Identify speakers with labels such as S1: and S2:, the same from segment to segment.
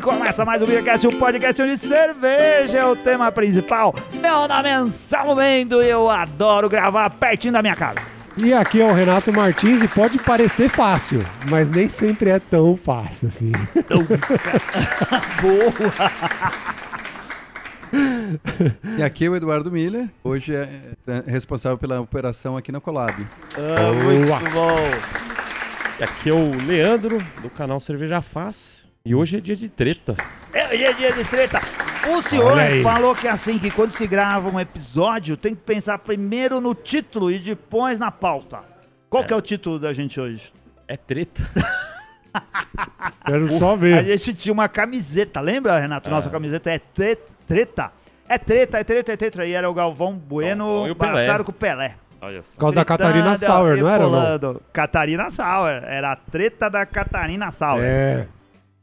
S1: começa mais um Beercast, o um podcast onde cerveja é o tema principal. Meu nome é Anselmo Mendo e eu adoro gravar pertinho da minha casa.
S2: E aqui é o Renato Martins e pode parecer fácil, mas nem sempre é tão fácil assim.
S1: Então, boa!
S3: E aqui é o Eduardo Miller, hoje é responsável pela operação aqui na Colab.
S1: Ah, muito bom!
S4: E aqui é o Leandro, do canal Cerveja Fácil. E hoje é dia de treta.
S1: É, hoje é dia de treta! O senhor falou que é assim, que quando se grava um episódio, tem que pensar primeiro no título e depois na pauta. Qual que é o título da gente hoje?
S4: É treta.
S2: Quero só
S1: A
S2: ver.
S1: gente tinha uma camiseta, lembra, Renato? Nossa camiseta é tre- treta. É treta, é treta, é treta. E era o Galvão Bueno
S4: Galvão e o Pelé.
S1: passado com o Pelé.
S4: Olha só.
S2: Por causa da Catarina
S1: Tretada
S2: Sauer, não era? Não?
S1: rebolando. Catarina Sauer. Era a treta da Catarina Sauer.
S2: É.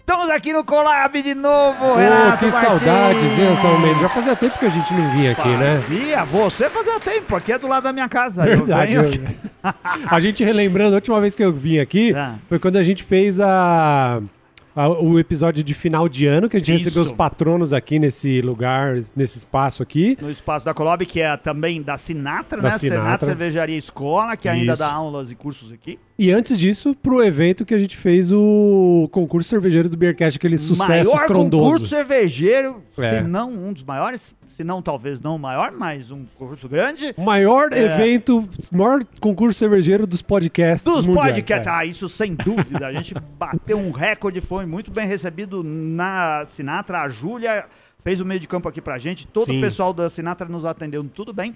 S1: Estamos aqui no Collab de novo,
S2: Pô,
S1: Renato
S2: que
S1: Martins.
S2: saudades, hein, Anselmo Mendes? Já fazia tempo que a gente não vinha aqui, né?
S1: Fazia, você fazia tempo, aqui é do lado da minha casa. eu
S2: Verdade.
S1: venho
S2: eu-
S1: aqui.
S2: a gente relembrando, a última vez que eu vim aqui
S1: Ah.
S2: foi quando a gente fez a, a- o episódio de final de ano, que a gente
S1: Isso.
S2: recebeu os patronos aqui nesse lugar, nesse espaço aqui.
S1: No espaço da Colob, que é também da Sinatra,
S2: Da
S1: né? Sinatra
S2: Sinatra.
S1: Cervejaria Escola, que ainda
S2: Isso.
S1: dá aulas e cursos aqui.
S2: E antes disso, pro evento que a gente fez o concurso cervejeiro do Beercast, aquele sucesso
S1: maior concurso
S2: estrondoso.
S1: cervejeiro, se
S2: É.
S1: não um dos maiores, se não talvez não o maior, mas um concurso grande.
S2: O Maior
S1: É.
S2: evento, maior concurso cervejeiro dos podcasts.
S1: Dos
S2: mundiais,
S1: podcasts.
S2: é.
S1: Ah, isso sem dúvida. A gente bateu um recorde, foi muito bem recebido na Sinatra. A Júlia fez o meio de campo aqui pra gente. Todo
S2: Sim.
S1: o pessoal da Sinatra nos atendeu tudo bem,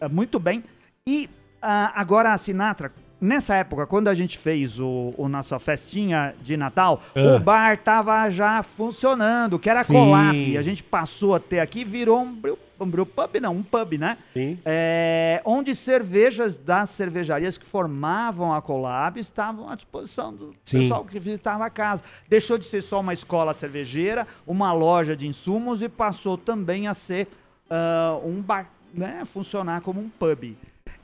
S1: eh, muito bem. E ah, agora a Sinatra. Nessa época, quando a gente fez o, o nossa festinha de Natal,
S2: Ah.
S1: o bar tava já funcionando, que era
S2: Sim.
S1: collab. A gente passou até aqui, virou um, brew- um brew pub, não, um pub, né?
S2: Sim.
S1: É, onde cervejas das cervejarias que formavam a Colab estavam à disposição do
S2: Sim.
S1: pessoal que visitava a casa. Deixou de ser só uma escola cervejeira, uma loja de insumos e passou também a ser ah, um bar, né? Funcionar como um pub.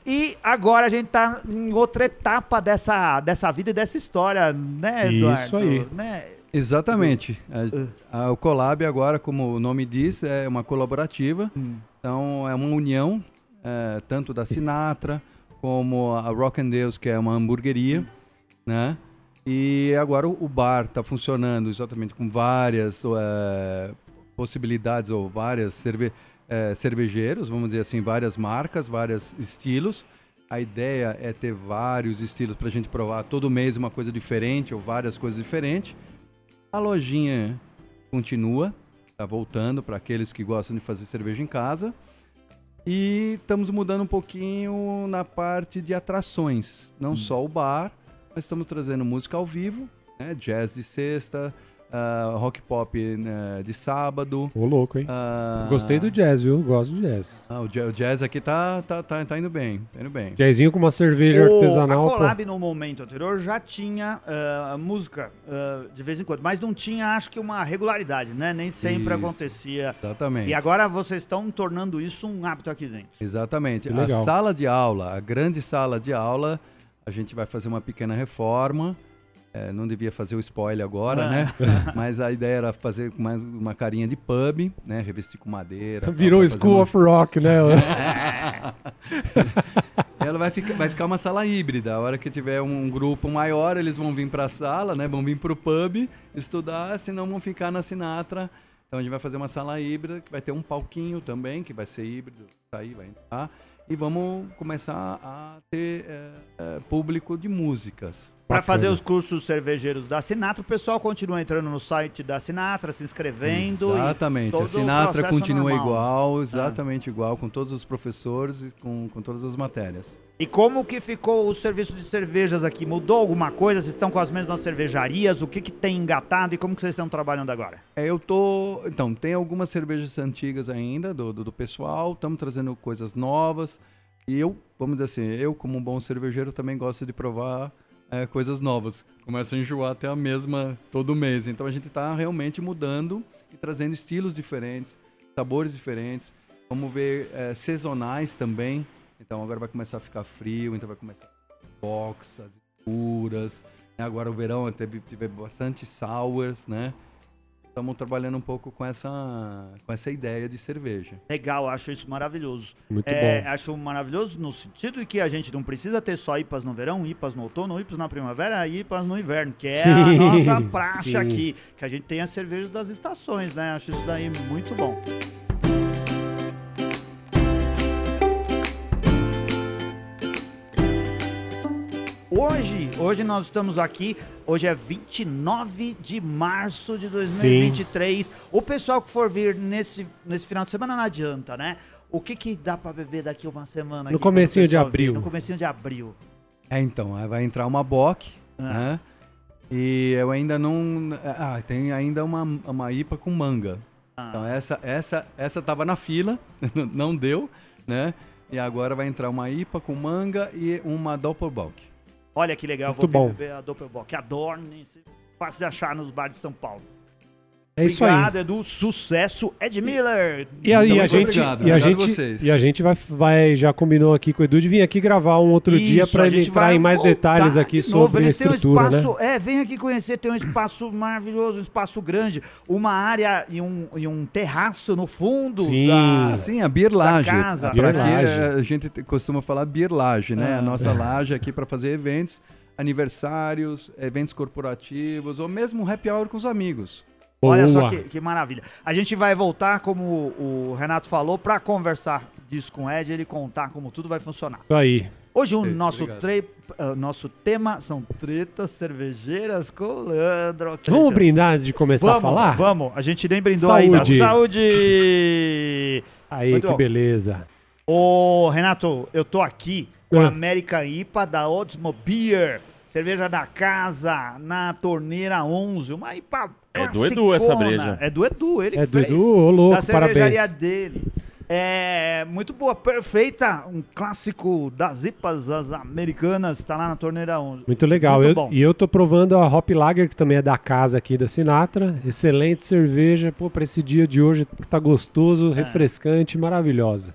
S1: E agora a gente tá em outra etapa dessa, dessa vida e dessa história, né,
S2: Isso
S1: Eduardo?
S2: aí.
S1: Né?
S3: Exatamente. A- a- o Colab agora, como o nome diz, é uma colaborativa. Então é uma união é, tanto da Sinatra como a Rock and Deus, que é uma hamburgueria, né? E agora o o bar está funcionando exatamente com várias é, possibilidades ou várias cerve é, cervejeiros, vamos dizer assim, várias marcas, vários estilos. A ideia é ter vários estilos para a gente provar todo mês uma coisa diferente ou várias coisas diferentes. A lojinha continua, tá voltando para aqueles que gostam de fazer cerveja em casa. E estamos mudando um pouquinho na parte de atrações,
S2: Hum.
S3: não só o bar, mas estamos trazendo música ao vivo, né? jazz de sexta, ah, rock pop né, de sábado.
S2: Ô, louco, hein?
S3: ah,
S2: Gostei do jazz, viu? Gosto do jazz.
S3: Ah, o ja- o jazz aqui tá, tá, tá, tá indo bem, tá indo bem.
S2: Jazzinho com uma cerveja
S1: O-
S2: artesanal.
S1: A
S2: pô.
S1: Colab, no momento anterior, já tinha ah, música ah, de vez em quando, mas não tinha, acho que, uma regularidade, né? Nem sempre
S3: Isso.
S1: acontecia.
S3: Exatamente.
S1: E agora vocês estão tornando isso um hábito aqui dentro.
S3: Exatamente.
S2: Que
S3: A
S2: legal.
S3: sala de aula, a grande sala de aula, a gente vai fazer uma pequena reforma. É, não devia fazer o spoiler agora,
S1: Ah.
S3: né? Mas a ideia era fazer com mais uma carinha de pub, né? Revestir com madeira. tal,
S2: Virou
S3: pra fazer
S2: School
S3: uma-
S2: of Rock, né?
S3: Ela vai ficar, vai ficar uma sala híbrida. A hora que tiver um grupo maior, eles vão vir para a sala, né? Vão vir para o pub estudar, senão vão ficar na Sinatra. Então a gente vai fazer uma sala híbrida, que vai ter um palquinho também, que vai ser híbrido, sair, vai entrar. E vamos começar a ter eh, eh, público de músicas.
S1: Para
S2: Bacana.
S1: fazer os cursos cervejeiros da Sinatra, o pessoal continua entrando no site da Sinatra, se inscrevendo. e
S3: Exatamente.
S1: todo
S3: A
S1: o
S3: Sinatra
S1: processo
S3: continua
S1: normal. Ah.
S3: igual, exatamente igual, com todos os professores e com, com todas as matérias.
S1: E como que ficou o serviço de cervejas aqui? Mudou alguma coisa? Vocês estão com as mesmas cervejarias? O que, que tem engatado e como que vocês estão trabalhando agora?
S3: É, eu tô. Então, tem algumas cervejas antigas ainda do, do, do pessoal, estamos trazendo coisas novas. E eu, vamos dizer assim, eu, como um bom cervejeiro, também gosto de provar é, coisas novas. Começo a enjoar até a mesma todo mês. Então a gente está realmente mudando e trazendo estilos diferentes, sabores diferentes. Vamos ver é, sazonais também. Então agora vai começar a ficar frio, então vai começar box, as escuras. né? Agora o verão teve, teve bastante sours, né? estamos trabalhando um pouco com essa, com essa ideia de cerveja.
S1: Legal, acho isso maravilhoso.
S2: Muito
S1: É,
S2: bom.
S1: acho maravilhoso no sentido de que a gente não precisa ter só IPAs no verão, IPAs no outono, IPAs na primavera, IPAs no inverno, que é a
S2: Sim,
S1: nossa praxe
S2: sim.
S1: aqui, que a gente tem as cervejas das estações, né? Acho isso daí muito bom. Hoje, hoje nós estamos aqui, hoje é 29 de março de 2023. O pessoal que for vir nesse, nesse final de semana não adianta, né? O que que dá pra beber daqui uma semana? aqui
S2: No
S1: quando o
S2: comecinho de
S1: pessoal vir?
S2: abril.
S1: No comecinho de abril.
S3: É, então, aí vai entrar uma BOC,
S1: Ah.
S3: né? E eu ainda não. Ah, tem ainda uma, uma IPA com manga.
S1: Ah.
S3: Então essa, essa, essa tava na fila, não deu, né? E agora vai entrar uma IPA com manga e uma Doppelbock.
S1: Olha que legal,
S2: Muito
S1: vou
S2: bom.
S1: vir beber a Doppelbock. Adorne, fácil de achar nos bares de São Paulo.
S2: É isso aí.
S1: Obrigado, Edu. Sucesso, Ed Miller.
S2: E aí,
S3: Então,
S2: a
S3: muito
S2: gente,
S3: obrigado.
S2: e a
S3: Obrigado
S2: gente,
S3: vocês.
S2: e a gente vai, vai- já combinou aqui com o Edu de vir aqui gravar um outro dia
S1: Isso,
S2: para
S1: a
S2: ele
S1: gente
S2: entrar
S1: vai
S2: em mais
S1: voltar
S2: detalhes aqui
S1: de novo.
S2: sobre a
S1: Eles têm um
S2: estrutura, né?
S1: espaço- É, vem aqui conhecer, tem um espaço maravilhoso, um espaço grande, uma área e um, e um terraço no fundo
S2: Sim.
S1: da-
S3: Sim, Assim, a Birlage.
S1: Da casa.
S3: Pra aqui,
S2: Birlage.
S3: é, a gente te- costuma falar Birlage, né?
S1: Ah.
S3: A nossa laje aqui para fazer eventos, aniversários, eventos corporativos, ou mesmo happy hour com os amigos.
S1: Olha só
S2: Boa.
S1: que, que maravilha. A gente vai voltar, como o o Renato falou, para conversar disso com o Ed, ele contar como tudo vai funcionar.
S2: Isso aí.
S1: Hoje o
S3: Perfeito,
S1: nosso,
S3: obrigado.
S1: tre- ah, nosso tema são tretas cervejeiras com o Leandro.
S2: Vamos
S1: Christian.
S2: brindar antes de começar a
S1: Vamos,
S2: falar?
S1: vamos. A gente nem brindou
S2: Saúde.
S1: ainda. Saúde!
S2: Aí,
S1: Muito
S2: que
S1: bom.
S2: beleza.
S1: Ô, Renato, eu tô aqui com a
S2: Ah.
S1: América IPA da Oddsmo Beer. Cerveja da casa, na torneira 11. Uma IPA
S4: É do Edu essa
S1: classicona.
S4: breja.
S1: É do Edu, ele
S2: É
S1: que
S2: do
S1: fez.
S2: Edu, ô
S1: da
S2: louco,
S1: cervejaria
S2: parabéns.
S1: dele. É muito boa, perfeita. Um clássico das IPAs as americanas. Tá lá na torneira 11.
S2: Muito legal.
S1: Muito
S2: Eu-
S1: bom.
S2: e eu tô provando a Hop Lager, que também é da casa aqui da Sinatra. Excelente cerveja, pô, pra esse dia de hoje que tá
S1: É.
S2: gostoso, refrescante, maravilhosa.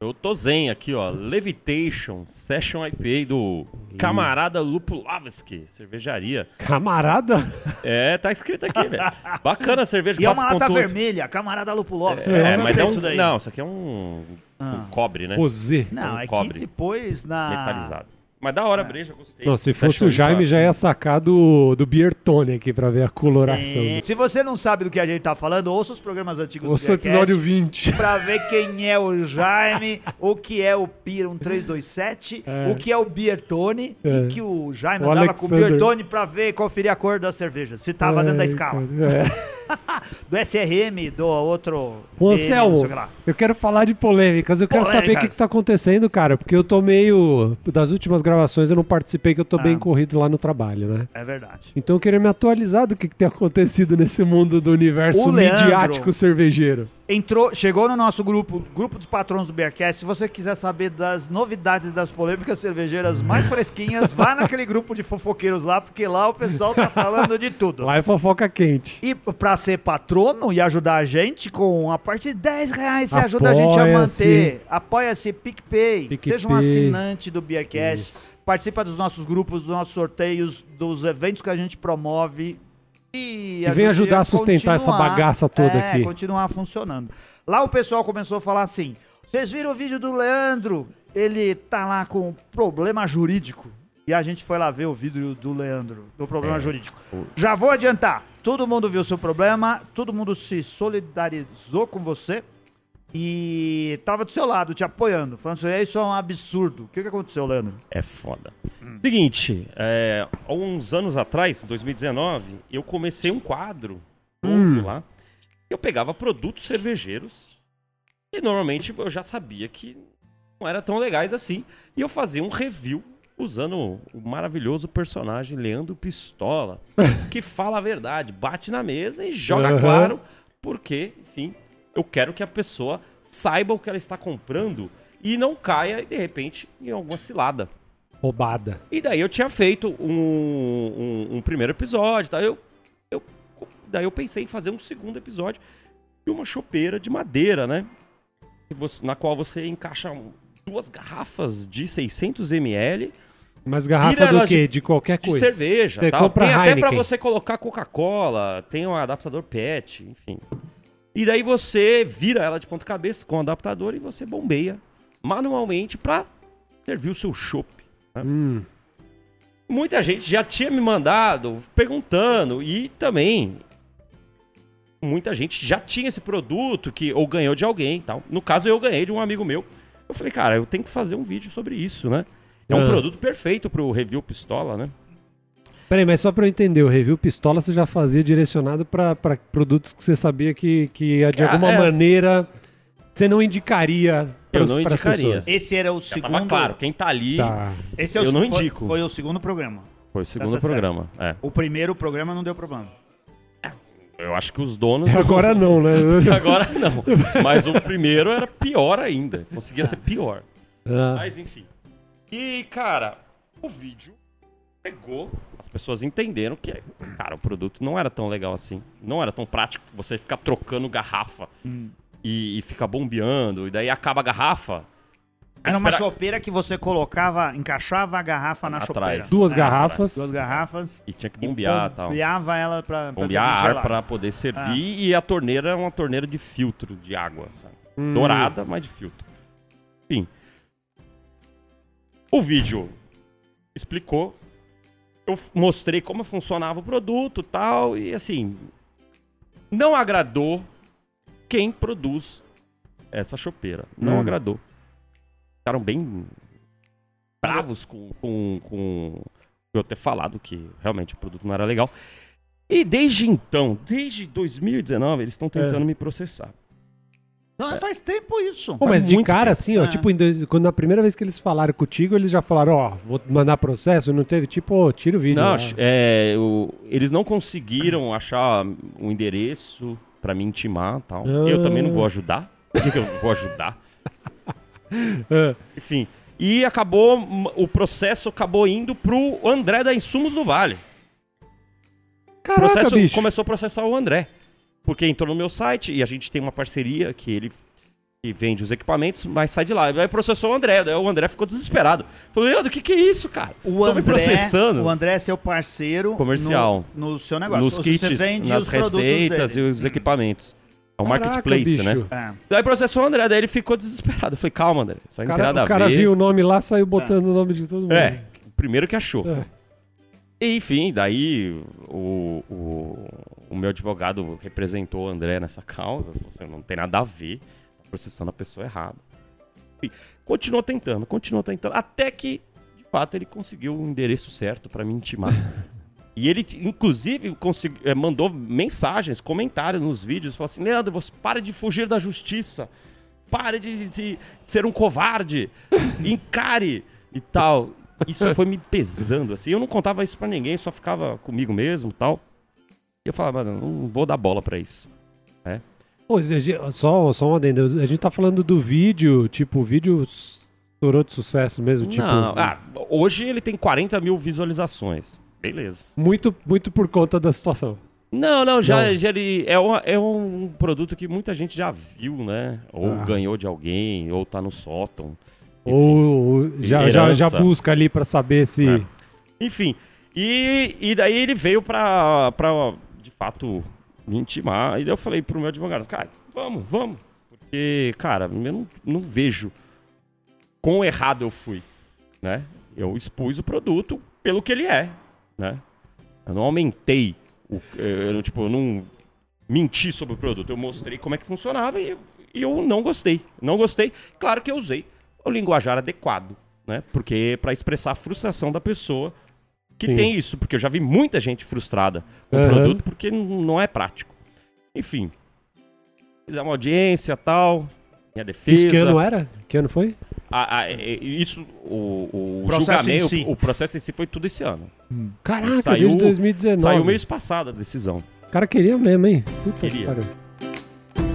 S4: Eu tô zen aqui, ó. Levitation Session IPA do camarada Lupulavski, cervejaria.
S2: Camarada?
S4: É, tá escrito aqui, velho. Bacana a cerveja.
S1: E é uma lata
S4: 4.8.
S1: vermelha, camarada Lupulov.
S4: É, mas é um...
S1: Isso daí.
S4: Não, isso aqui é um,
S1: Ah.
S4: um cobre, né?
S2: Rosé.
S1: Não,
S4: um
S1: é que
S4: cobre.
S1: depois na...
S4: Metalizado. Mas da
S1: Ah.
S4: hora a breja, gostei. Tá
S2: Não,
S1: tá
S2: se fosse
S4: Session
S2: o
S4: IPA.
S2: Jaime, já ia sacar do, do Beer Tony aqui pra ver a coloração.
S1: É, Se você não sabe do que a gente tá falando, ouça os programas antigos
S2: Ouça o
S1: Beercast
S2: episódio 20.
S1: pra ver quem é o Jaime, o que é o Pira 1327, o que é o Biertone
S2: É.
S1: e que o Jaime
S2: O
S1: andava com o
S2: Alexander.
S1: Biertone pra ver conferir a cor da cerveja, se tava dentro da
S2: Ai,
S1: escala.
S2: cara, é.
S1: Do SRM, do outro... BM, não
S2: Ô, Anselmo,
S1: sei o que lá.
S2: eu quero falar de polêmicas. Eu quero saber o que,
S1: Polêmicas.
S2: que tá acontecendo, cara. Porque eu tô meio. Das últimas gravações eu não participei, que eu tô
S1: Ah.
S2: bem corrido lá no trabalho, né?
S1: É verdade.
S2: Então eu queria me atualizar do que, que tem acontecido nesse mundo do universo
S1: O Leandro-
S2: midiático cervejeiro.
S1: Entrou, chegou no nosso grupo, grupo dos patrões do Bearcast. Se você quiser saber das novidades das polêmicas cervejeiras mais fresquinhas, vá naquele grupo de fofoqueiros lá, porque lá o pessoal tá falando de tudo.
S2: Lá é fofoca quente.
S1: E pra ser patrono e ajudar a gente, com a partir de 10 reais você ajuda a gente a
S2: Apoia-se.
S1: manter. Apoia-se PicPay.
S2: PicPay.
S1: Seja um assinante do Beercast. Participa dos nossos grupos, dos nossos sorteios, dos eventos que a gente promove. E,
S2: E
S1: ajude
S2: vem ajudar a sustentar essa
S1: continuar-
S2: bagaça toda
S1: é,
S2: aqui.
S1: continuar funcionando. Lá o pessoal começou a falar assim, vocês viram o vídeo do Leandro? Ele tá lá com problema jurídico. E a gente foi lá ver o vídeo do Leandro, do problema
S4: É,
S1: jurídico. Já vou adiantar. Todo mundo viu seu problema, todo mundo se solidarizou com você e tava do seu lado, te apoiando, falando assim, isso é um absurdo. O que, que aconteceu, Leandro?
S4: É foda. Seguinte, é, há uns anos atrás, 2019, eu comecei um quadro novo lá. Eu pegava produtos cervejeiros e normalmente eu já sabia que não era tão legais assim. E eu fazia um review usando o maravilhoso personagem Leandro Pistola, que fala a verdade, bate na mesa e joga
S2: Aham.
S4: claro, porque, enfim, eu quero que a pessoa saiba o que ela está comprando e não caia, de repente, em alguma cilada.
S2: Roubada.
S4: E daí eu tinha feito um, um- um primeiro episódio, tá? Eu, eu, daí eu pensei em fazer um segundo episódio de uma chopeira de madeira, né? Que você- na qual você encaixa um- duas garrafas de 600 ml
S2: Mas garrafa
S4: Vira
S2: do
S4: ela
S2: quê?
S4: de-
S2: De qualquer
S4: de
S2: coisa.
S4: cerveja
S2: Você
S4: tal.
S2: compra
S4: Tem até pra
S2: Heineken.
S4: você colocar Coca-Cola, tem um adaptador PET, enfim. E daí você vira ela de ponta cabeça com o adaptador e você bombeia manualmente pra servir o seu chopp. né?
S2: Hum,
S4: Muita gente já tinha me mandado perguntando e também muita gente já tinha esse produto que ou ganhou de alguém e tal. No caso eu ganhei de um amigo meu. Eu falei, cara, eu tenho que fazer um vídeo sobre isso, né? É um
S2: Ah.
S4: produto perfeito pro review pistola, né?
S2: Peraí, mas só pra eu entender, o review pistola você já fazia direcionado pra pra produtos que você sabia que, que de
S4: Ah,
S2: alguma
S4: é.
S2: maneira você não indicaria
S4: Eu
S2: pras-
S4: não
S2: pras
S4: indicaria.
S2: pessoas.
S1: Esse era o
S4: Já tava
S1: segundo.
S4: claro, quem tá ali
S2: Tá.
S1: Esse é o,
S4: Eu não
S1: foi-
S4: indico.
S1: Foi o segundo programa.
S4: foi o segundo
S1: Tá certo.
S4: programa. É.
S1: O primeiro programa não deu problema.
S4: Eu acho que os donos.
S2: Agora não, né?
S4: Agora não. Mas o primeiro era pior ainda. Conseguia ser pior.
S2: Ah,
S4: Mas enfim. E, cara, o vídeo pegou. As pessoas entenderam que, cara, o produto não era tão legal assim. Não era tão prático você ficar trocando garrafa e, e ficar bombeando. E daí acaba a garrafa.
S1: Era uma
S4: Espera-
S1: chopeira que você colocava, encaixava a garrafa na
S4: Atrás.
S1: chopeira.
S2: duas
S4: É,
S2: garrafas.
S1: Duas garrafas.
S4: E tinha que bombear e tal.
S1: Bombeava ela pra. pra
S4: bombear
S1: servir
S4: ar
S1: gelado.
S4: para poder servir e a torneira é uma torneira de filtro de água, sabe? dourada, mas de filtro. Enfim. O vídeo explicou, eu f- mostrei como funcionava o produto, tal e assim, não agradou quem produz essa chopeira. Não
S2: Hum.
S4: agradou. Ficaram bem bravos com, com, com eu ter falado que realmente o produto não era legal. E desde então, desde 2019, eles estão tentando me processar.
S1: Não, faz tempo isso.
S2: Pô, mas de
S4: muito Ah.
S2: cara assim, ó,
S1: É.
S2: tipo, em dois- quando na primeira vez que eles falaram contigo, eles já falaram, ó, vou mandar processo, não teve, tipo, ô, tira o vídeo.
S4: Não,
S2: lá.
S4: ch- é, o- eles não conseguiram achar um endereço pra me intimar tal. Eu também não vou ajudar. Por que que eu vou ajudar?
S2: Ah,
S4: Enfim. E acabou, m- o processo acabou indo pro André da Insumos do Vale. O
S2: Caraca,
S4: processo
S2: bicho.
S4: começou a processar o André. Porque entrou no meu site e a gente tem uma parceria que ele que vende os equipamentos, mas sai de lá. Aí processou o André. Daí o André ficou desesperado. Falou, Leandro, o que, que é isso, cara?
S1: O
S4: Tão me
S1: André,
S4: processando.
S1: o André é seu parceiro
S4: Comercial.
S1: no, no seu negócio.
S4: nos
S1: Você
S4: kits,
S1: vende
S4: nas
S1: os produtos
S4: receitas
S1: dele.
S4: e os equipamentos. É um
S2: Caraca,
S4: marketplace,
S2: bicho.
S4: né?
S1: É.
S4: Daí processou o André, daí ele ficou desesperado. Eu falei, calma, André, isso aí
S2: O
S4: não tem nada
S2: cara,
S4: a
S2: o cara
S4: ver.
S2: viu o nome lá, saiu botando o nome de todo mundo.
S4: É, o primeiro que achou.
S2: É.
S4: E, enfim, daí o, o, o meu advogado representou o André nessa causa. Falou assim, não tem nada a ver, tá processando a pessoa errada. Enfim, continuou tentando, continuou tentando, até que, de fato, ele conseguiu o endereço certo pra me intimar. E ele, inclusive, consegui- eh, mandou mensagens, comentários nos vídeos, falou assim, Leandro, você para de fugir da justiça, pare de, de ser um covarde, encare e tal. Isso foi me pesando, assim. Eu não contava isso pra ninguém, só ficava comigo mesmo e tal. E eu falava, mano, não vou dar bola pra isso.
S2: Pô, Zé, Zé, só, só um adendo. A gente tá falando do vídeo, tipo, o vídeo estourou de sucesso mesmo, tipo.
S4: não, ah, hoje ele tem 40 mil visualizações. Beleza.
S2: Muito, muito por conta da situação.
S4: Não, não, já,
S2: Não.
S4: já ele é, uma- é um produto que muita gente já viu, né? Ou
S2: Ah.
S4: ganhou de alguém, ou tá no sótão. Enfim.
S2: Ou, ou já, já, já
S4: herança.
S2: busca ali pra saber se.
S4: É. Enfim, e, e daí ele veio pra, pra, de fato, me intimar. E daí eu falei pro meu advogado, cara, vamos, vamos. Porque, cara, eu não, não vejo quão errado eu fui, né? Eu expus o produto pelo que ele é, né? Eu não aumentei, o, eu, não, tipo, eu não menti sobre o produto. Eu mostrei como é que funcionava e, e eu não gostei. Não gostei. Claro que eu usei o linguajar adequado, né? Porque para expressar a frustração da pessoa que
S2: Sim.
S4: tem isso, porque eu já vi muita gente frustrada com o
S2: Aham.
S4: um produto porque n- não é prático. Enfim, fizemos audiência tal, minha defesa.
S2: Isso que é- ano era? Que ano foi?
S4: Ah, ah, é, é, isso, o, o
S1: Processo
S4: julgamento,
S1: em si.
S4: o processo em si foi tudo esse ano.
S2: Caraca,
S4: Saiu-
S2: desde 2019.
S4: Saiu meio espaçada a decisão.
S2: O cara queria mesmo, hein? Puta
S4: Queria.
S2: que pariu.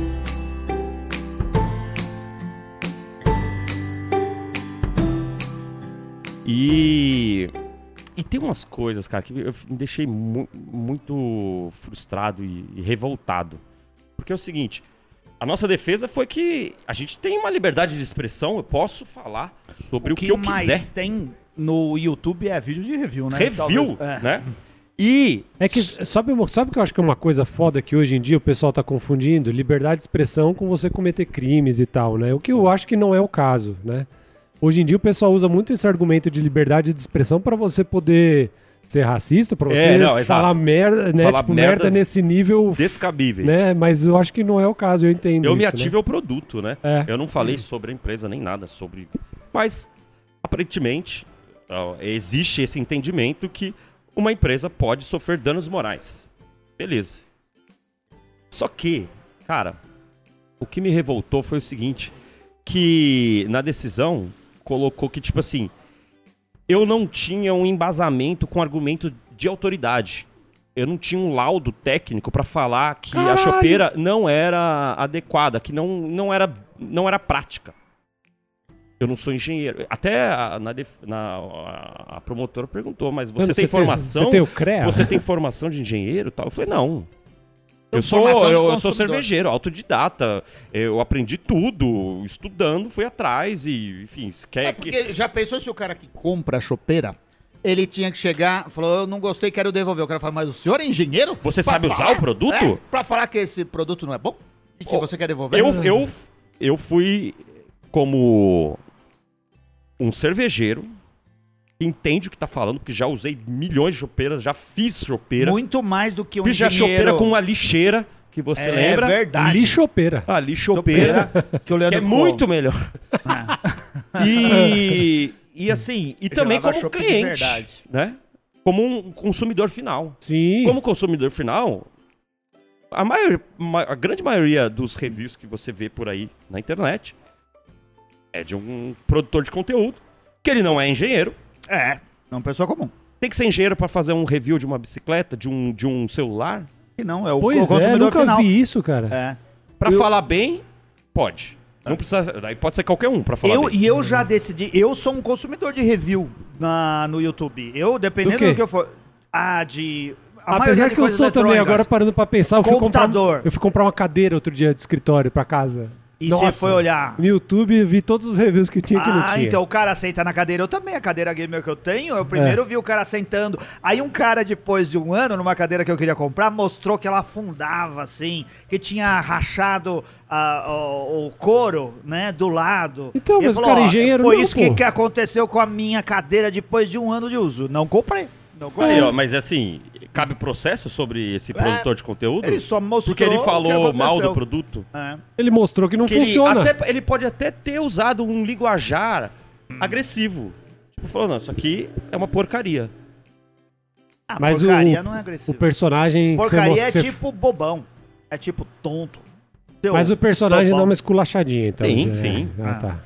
S4: E. E tem umas coisas, cara, que eu f- me deixei mu- muito frustrado e, e revoltado. Porque é o seguinte: a nossa defesa foi que a gente tem uma liberdade de expressão, eu posso falar sobre o que, eu
S1: mais
S4: quiser.
S1: tem No YouTube é vídeo de review, né?
S4: Review,
S1: Talvez- é.
S4: né? E
S2: É que sabe, uma- sabe o que eu acho que é uma coisa foda que hoje em dia o pessoal tá confundindo? Liberdade de expressão com você cometer crimes e tal, né? O que eu acho que não é o caso, né? Hoje em dia o pessoal usa muito esse argumento de liberdade de expressão pra você poder ser racista, pra você
S4: É, não, exato.
S2: falar merda, né?
S4: Falar
S2: tipo, merda
S4: merdas
S2: nesse nível,
S4: descabíveis.
S2: né? Mas eu acho que não é o caso, eu entendo
S4: Eu me
S2: isso, né?
S4: ativo ao produto, né?
S2: É.
S4: Eu não falei sobre a empresa nem nada sobre. Mas, aparentemente, ó, existe esse entendimento que uma empresa pode sofrer danos morais. Beleza. Só que, cara, o que me revoltou foi o seguinte: que na decisão colocou que, tipo assim, eu não tinha um embasamento com argumento de autoridade. Eu não tinha um laudo técnico pra falar que a
S2: Caralho!
S4: chopeira não era adequada, que não, não, era, não era prática. Eu não sou engenheiro. Até a, na def- na- a- a promotora perguntou, mas você
S2: Mano,
S4: tem formação?
S2: Você tem o CREA?
S4: Você tem formação de engenheiro e tal? Eu falei, não. Eu
S1: Então,
S4: sou,
S1: formação de
S4: eu, eu sou
S1: consumidor.
S4: cervejeiro, autodidata. Eu aprendi tudo, estudando, fui atrás e, enfim, se quer
S5: É
S4: que.
S5: porque já pensou se o cara que compra a chopeira, ele tinha que chegar, falou, eu não gostei, quero devolver. O cara falou, mas o senhor é engenheiro?
S4: Você
S5: Pra
S4: sabe usar o produto?
S5: É, pra falar que esse produto não é bom? E que
S4: Ô,
S5: você quer devolver?
S4: Eu, eu, eu fui como um cervejeiro, que entende o que tá falando, porque já usei milhões de chopeiras, já fiz chopeira.
S1: Muito mais do que um
S4: fiz já
S1: engenheiro-
S4: chopeira com uma lixeira, que você
S1: É
S4: lembra?
S1: verdade.
S2: Lixopeira.
S4: A lixopeira.
S1: que o Leandro
S4: Que é
S1: ficou-
S4: muito melhor. e, e assim, e também
S1: lava
S4: como
S1: chopp de
S4: cliente,
S1: verdade.
S4: né? Como um consumidor final.
S2: Sim.
S4: Como consumidor final, a, maior, ma- a grande maioria dos reviews que você vê por aí na internet é de um produtor de conteúdo, que ele não é engenheiro.
S1: É, é uma pessoa comum.
S4: Tem que ser engenheiro pra fazer um review de uma bicicleta, de um, de um celular.
S1: E não, é o
S2: Pois
S1: co-
S2: é,
S1: consumidor
S2: nunca
S1: final.
S2: vi isso, cara.
S1: É.
S4: Pra
S1: Eu-
S4: falar bem, pode. Não precisa. Daí pode ser qualquer um pra falar
S1: Eu,
S4: bem.
S1: e eu já decidi, eu sou um consumidor de review na, no YouTube. Eu, dependendo
S2: Do quê?
S1: do, que eu for. Ah, de. a maioria
S2: Apesar
S1: de
S2: que eu
S1: coisas
S2: sou também,
S1: eletrônicas.
S2: agora parando pra pensar, eu fui, comprar, um-
S1: Computador.
S2: eu fui comprar uma cadeira outro dia de escritório pra casa.
S1: E você foi olhar.
S2: No YouTube vi todos os reviews que tinha e que não
S1: Ah,
S2: tinha.
S1: então o cara senta na cadeira. Eu também, a cadeira gamer que eu tenho, eu
S2: É.
S1: primeiro vi o cara sentando. Aí um cara, depois de um ano, numa cadeira que eu queria comprar, mostrou que ela afundava, assim, que tinha rachado ah, o, o couro, né, do lado.
S2: Então,
S1: E ele
S2: mas o cara é
S1: "Ó,
S2: engenheiro
S1: Foi
S2: não,
S1: isso que,
S2: pô."
S1: que aconteceu com a minha cadeira depois de um ano de uso. Não comprei. Não comprei.
S4: Aí, ó, mas assim, cabe processo sobre esse produtor de conteúdo?
S1: É. Ele só mostrou
S4: Porque ele
S1: o
S4: falou
S1: que
S4: mal do
S1: aconteceu.
S4: produto.
S1: É.
S2: Ele mostrou que não
S4: Que ele
S2: funciona.
S4: até- Ele, pode até ter usado um linguajar agressivo. Tipo, falou, não, isso aqui é uma porcaria.
S1: Ah,
S2: Mas o-
S1: porcaria não é
S2: O
S1: agressivo.
S2: personagem. que você mo-
S1: Porcaria
S2: que você-
S1: é tipo bobão. É tipo tonto. Seu
S2: Mas o personagem
S1: bobão.
S2: dá uma esculachadinha, então.
S4: Sim,
S2: né?
S4: sim.
S2: Ah,
S1: Ah.
S2: tá.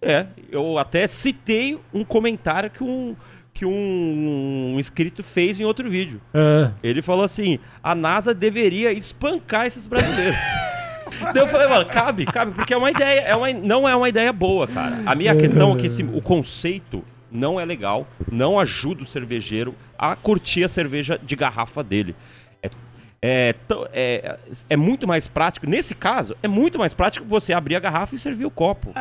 S4: É, eu até citei um comentário que um, que um inscrito fez em outro vídeo.
S2: Ah,
S4: Ele falou assim: a NASA deveria espancar esses brasileiros. Daí eu falei, mano, cabe, cabe, porque é uma ideia, é uma, não é uma ideia boa, cara. A minha questão é que esse- o conceito não é legal, não ajuda o cervejeiro a curtir a cerveja de garrafa dele. É, é, tão- é- é muito mais prático, nesse caso, é muito mais prático você abrir a garrafa e servir o copo.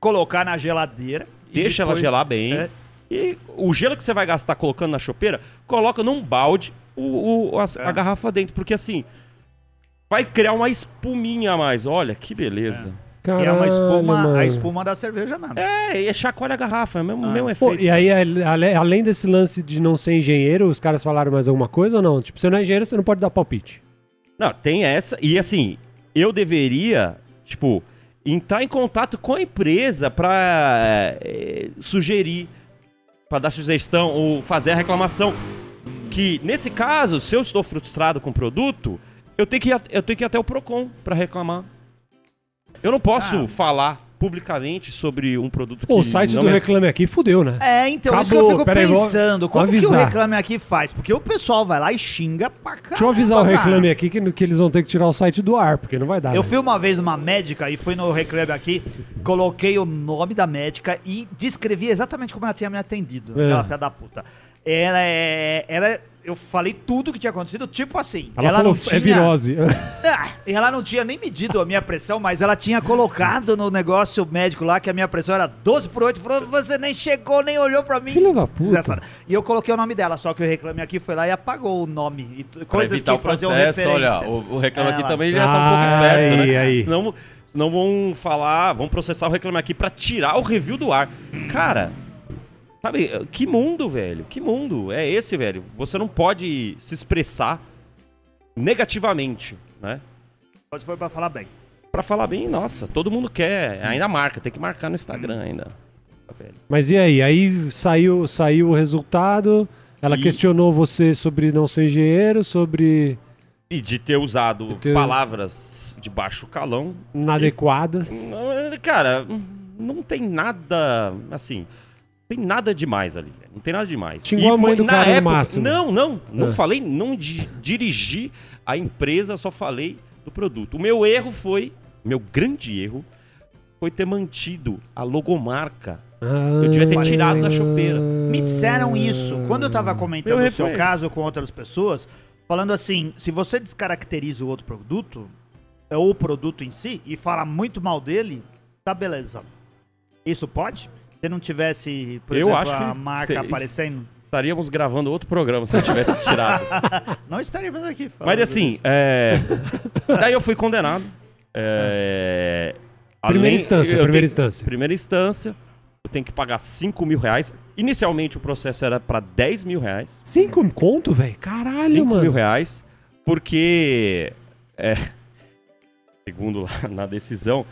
S1: colocar na geladeira. e
S4: Deixa ela
S1: depois-
S4: gelar bem.
S1: É.
S4: E o gelo que você vai gastar colocando na chopeira, coloca num balde o, o- a,
S1: É.
S4: a garrafa dentro. Porque assim, vai criar uma espuminha a mais. Olha, que beleza.
S1: E
S2: caralho,
S1: é uma espuma,
S2: mano.
S1: a espuma da cerveja mesmo.
S4: É, e chacoalha a garrafa, é o mesmo,
S1: Ah.
S4: mesmo
S2: Pô,
S4: efeito.
S2: e aí, ale- ale- além desse lance de não ser engenheiro, os caras falaram mais alguma coisa ou não? Tipo, você não é engenheiro, você não pode dar palpite.
S4: Não, tem essa. E assim, eu deveria, tipo, entrar em contato com a empresa pra eh, sugerir, pra dar sugestão ou fazer a reclamação. Que, nesse caso, se eu estou frustrado com o produto, eu tenho que ir, a- eu tenho que ir até o PROCON pra reclamar. Eu não posso falar publicamente sobre um produto que
S2: Pô, o site
S4: não
S2: do
S4: me-
S2: Reclame Aqui fudeu, né?
S1: É, então, isso que eu
S2: Acabou,
S1: fico
S2: peraí, vou-
S1: pensando.
S2: vou
S1: como que o
S2: avisar.
S1: Reclame Aqui faz? Porque o pessoal vai lá e xinga pra caramba.
S2: Deixa eu avisar o
S1: cara.
S2: Reclame Aqui que, que eles vão ter que tirar o site do ar, porque não vai dar.
S1: Eu
S2: né?
S1: fui uma vez uma médica e fui no Reclame Aqui, coloquei o nome da médica e descrevi exatamente como ela tinha me atendido.
S2: É.
S1: Ela filha da puta. Ela é. Ela, eu falei tudo que tinha acontecido, tipo assim.
S2: Ela, falou,
S1: não tinha-
S2: é virose.
S1: Ah, e ela não tinha nem medido a minha pressão, mas ela tinha colocado no negócio médico lá que a minha pressão era 12 por 8. Falou, você nem chegou, nem olhou pra mim.
S2: Filha da puta.
S1: Desgraçada. E eu coloquei o nome dela, só que o reclame aqui foi lá e apagou o nome. E t- coisas que
S2: um
S1: faziam referência.
S4: olha, o, o Reclame Aqui
S1: Ela-
S4: também já tá um pouco
S2: É, Ai,
S4: esperto, né?
S2: aí.
S4: Senão, senão vão falar, vão processar o Reclame Aqui pra tirar o review do ar. Cara, sabe, que mundo, velho? Que mundo é esse, velho? Você não pode se expressar negativamente, né?
S1: Só se for pra falar bem.
S4: Pra falar bem, nossa, todo mundo quer, ainda marca, tem que marcar no Instagram ainda. Tá, velho.
S2: Mas e aí? Aí saiu, saiu o resultado. Ela
S4: E-
S2: questionou você sobre não ser engenheiro, sobre
S4: E de ter usado
S2: ter-
S4: palavras de baixo calão,
S2: inadequadas.
S4: Não, é, Cara, não tem nada. Assim. Tem nada demais ali, velho. Não tem nada demais.
S2: Xingou a mãe do
S4: na
S2: cara no máximo.
S4: Não, não. Não
S2: Ah.
S4: falei, não di- dirigi a empresa, só falei do produto. O meu erro foi. Meu grande erro foi ter mantido a logomarca.
S2: Ah,
S4: Eu devia ter tirado da chopeira.
S1: Me disseram isso quando eu tava comentando
S4: Meu
S1: o seu
S4: reflexo.
S1: caso com outras pessoas, falando assim: se você descaracteriza o outro produto, é, ou o produto em si, e fala muito mal dele, tá beleza. Isso pode? Se não tivesse, por
S4: Eu
S1: exemplo,
S4: acho
S1: a
S4: que
S1: marca
S4: fez.
S1: aparecendo,
S4: Estaríamos gravando outro programa se eu tivesse tirado.
S1: não estaríamos aqui falando.
S4: Mas assim,
S1: isso.
S4: é... daí eu fui condenado. É...
S2: Primeira
S4: além-
S2: instância,
S4: eu
S2: primeira
S4: tenho-
S2: instância.
S4: Primeira instância, eu tenho que pagar 5 mil reais. Inicialmente o processo era pra 10 mil reais.
S2: Cinco conto, velho? Caralho,
S4: 5
S2: Ah, mano.
S4: mil reais, porque, é, segundo lá na decisão,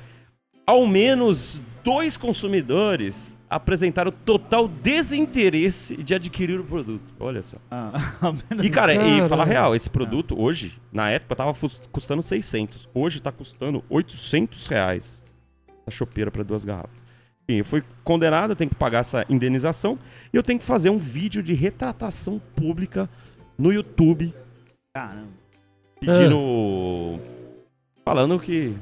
S4: ao menos dois consumidores apresentaram total desinteresse de adquirir o produto. Olha só.
S1: Ah,
S4: E, cara,
S2: Caramba.
S4: e falar real, esse produto hoje, na época, tava fus- custando 600. Hoje tá custando 800 reais a chopeira para duas garrafas. Enfim, eu fui condenado, eu tenho que pagar essa indenização e eu tenho que fazer um vídeo de retratação pública no YouTube
S1: caramba.
S4: pedindo... Falando que...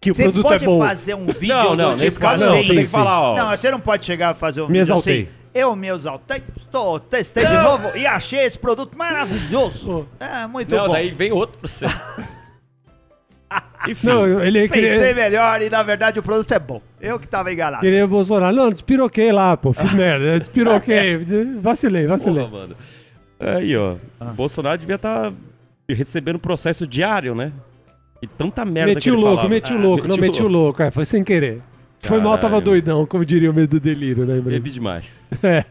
S2: Que o
S1: Você
S2: produto
S1: pode
S2: é bom.
S1: fazer um vídeo
S4: não, não,
S1: do
S4: nesse
S1: tipo
S4: caso
S2: não,
S4: não,
S1: assim,
S4: você tem
S2: sim,
S4: que falar, ó...
S1: Não, você não pode chegar a fazer um
S2: Me
S1: vídeo
S2: exaltei.
S1: assim. Eu me exaltei, estou, testei de novo e achei esse produto maravilhoso. É muito
S4: Não,
S1: bom.
S4: daí vem outro processo. Enfim,
S2: Não, ele é
S1: Pensei
S2: queria,
S1: melhor e na verdade o produto é bom. Eu que tava enganado.
S2: queria o Bolsonaro. Não, despiroquei lá, pô. Fiz merda. Despiroquei. Vacilei, vacilei.
S4: Porra, mano. Aí, ó.
S2: Ah.
S4: O Bolsonaro devia estar recebendo processo diário, né? E tanta merda
S2: meti
S4: que
S2: o
S4: ele
S2: louco,
S4: falava.
S2: meti o louco.
S4: Ah,
S2: não, meti o louco. É, foi sem querer. Foi mal, tava
S4: Caralho.
S2: doidão, como diria o medo do delírio, né, Bruno?
S4: Bebi demais.
S2: É.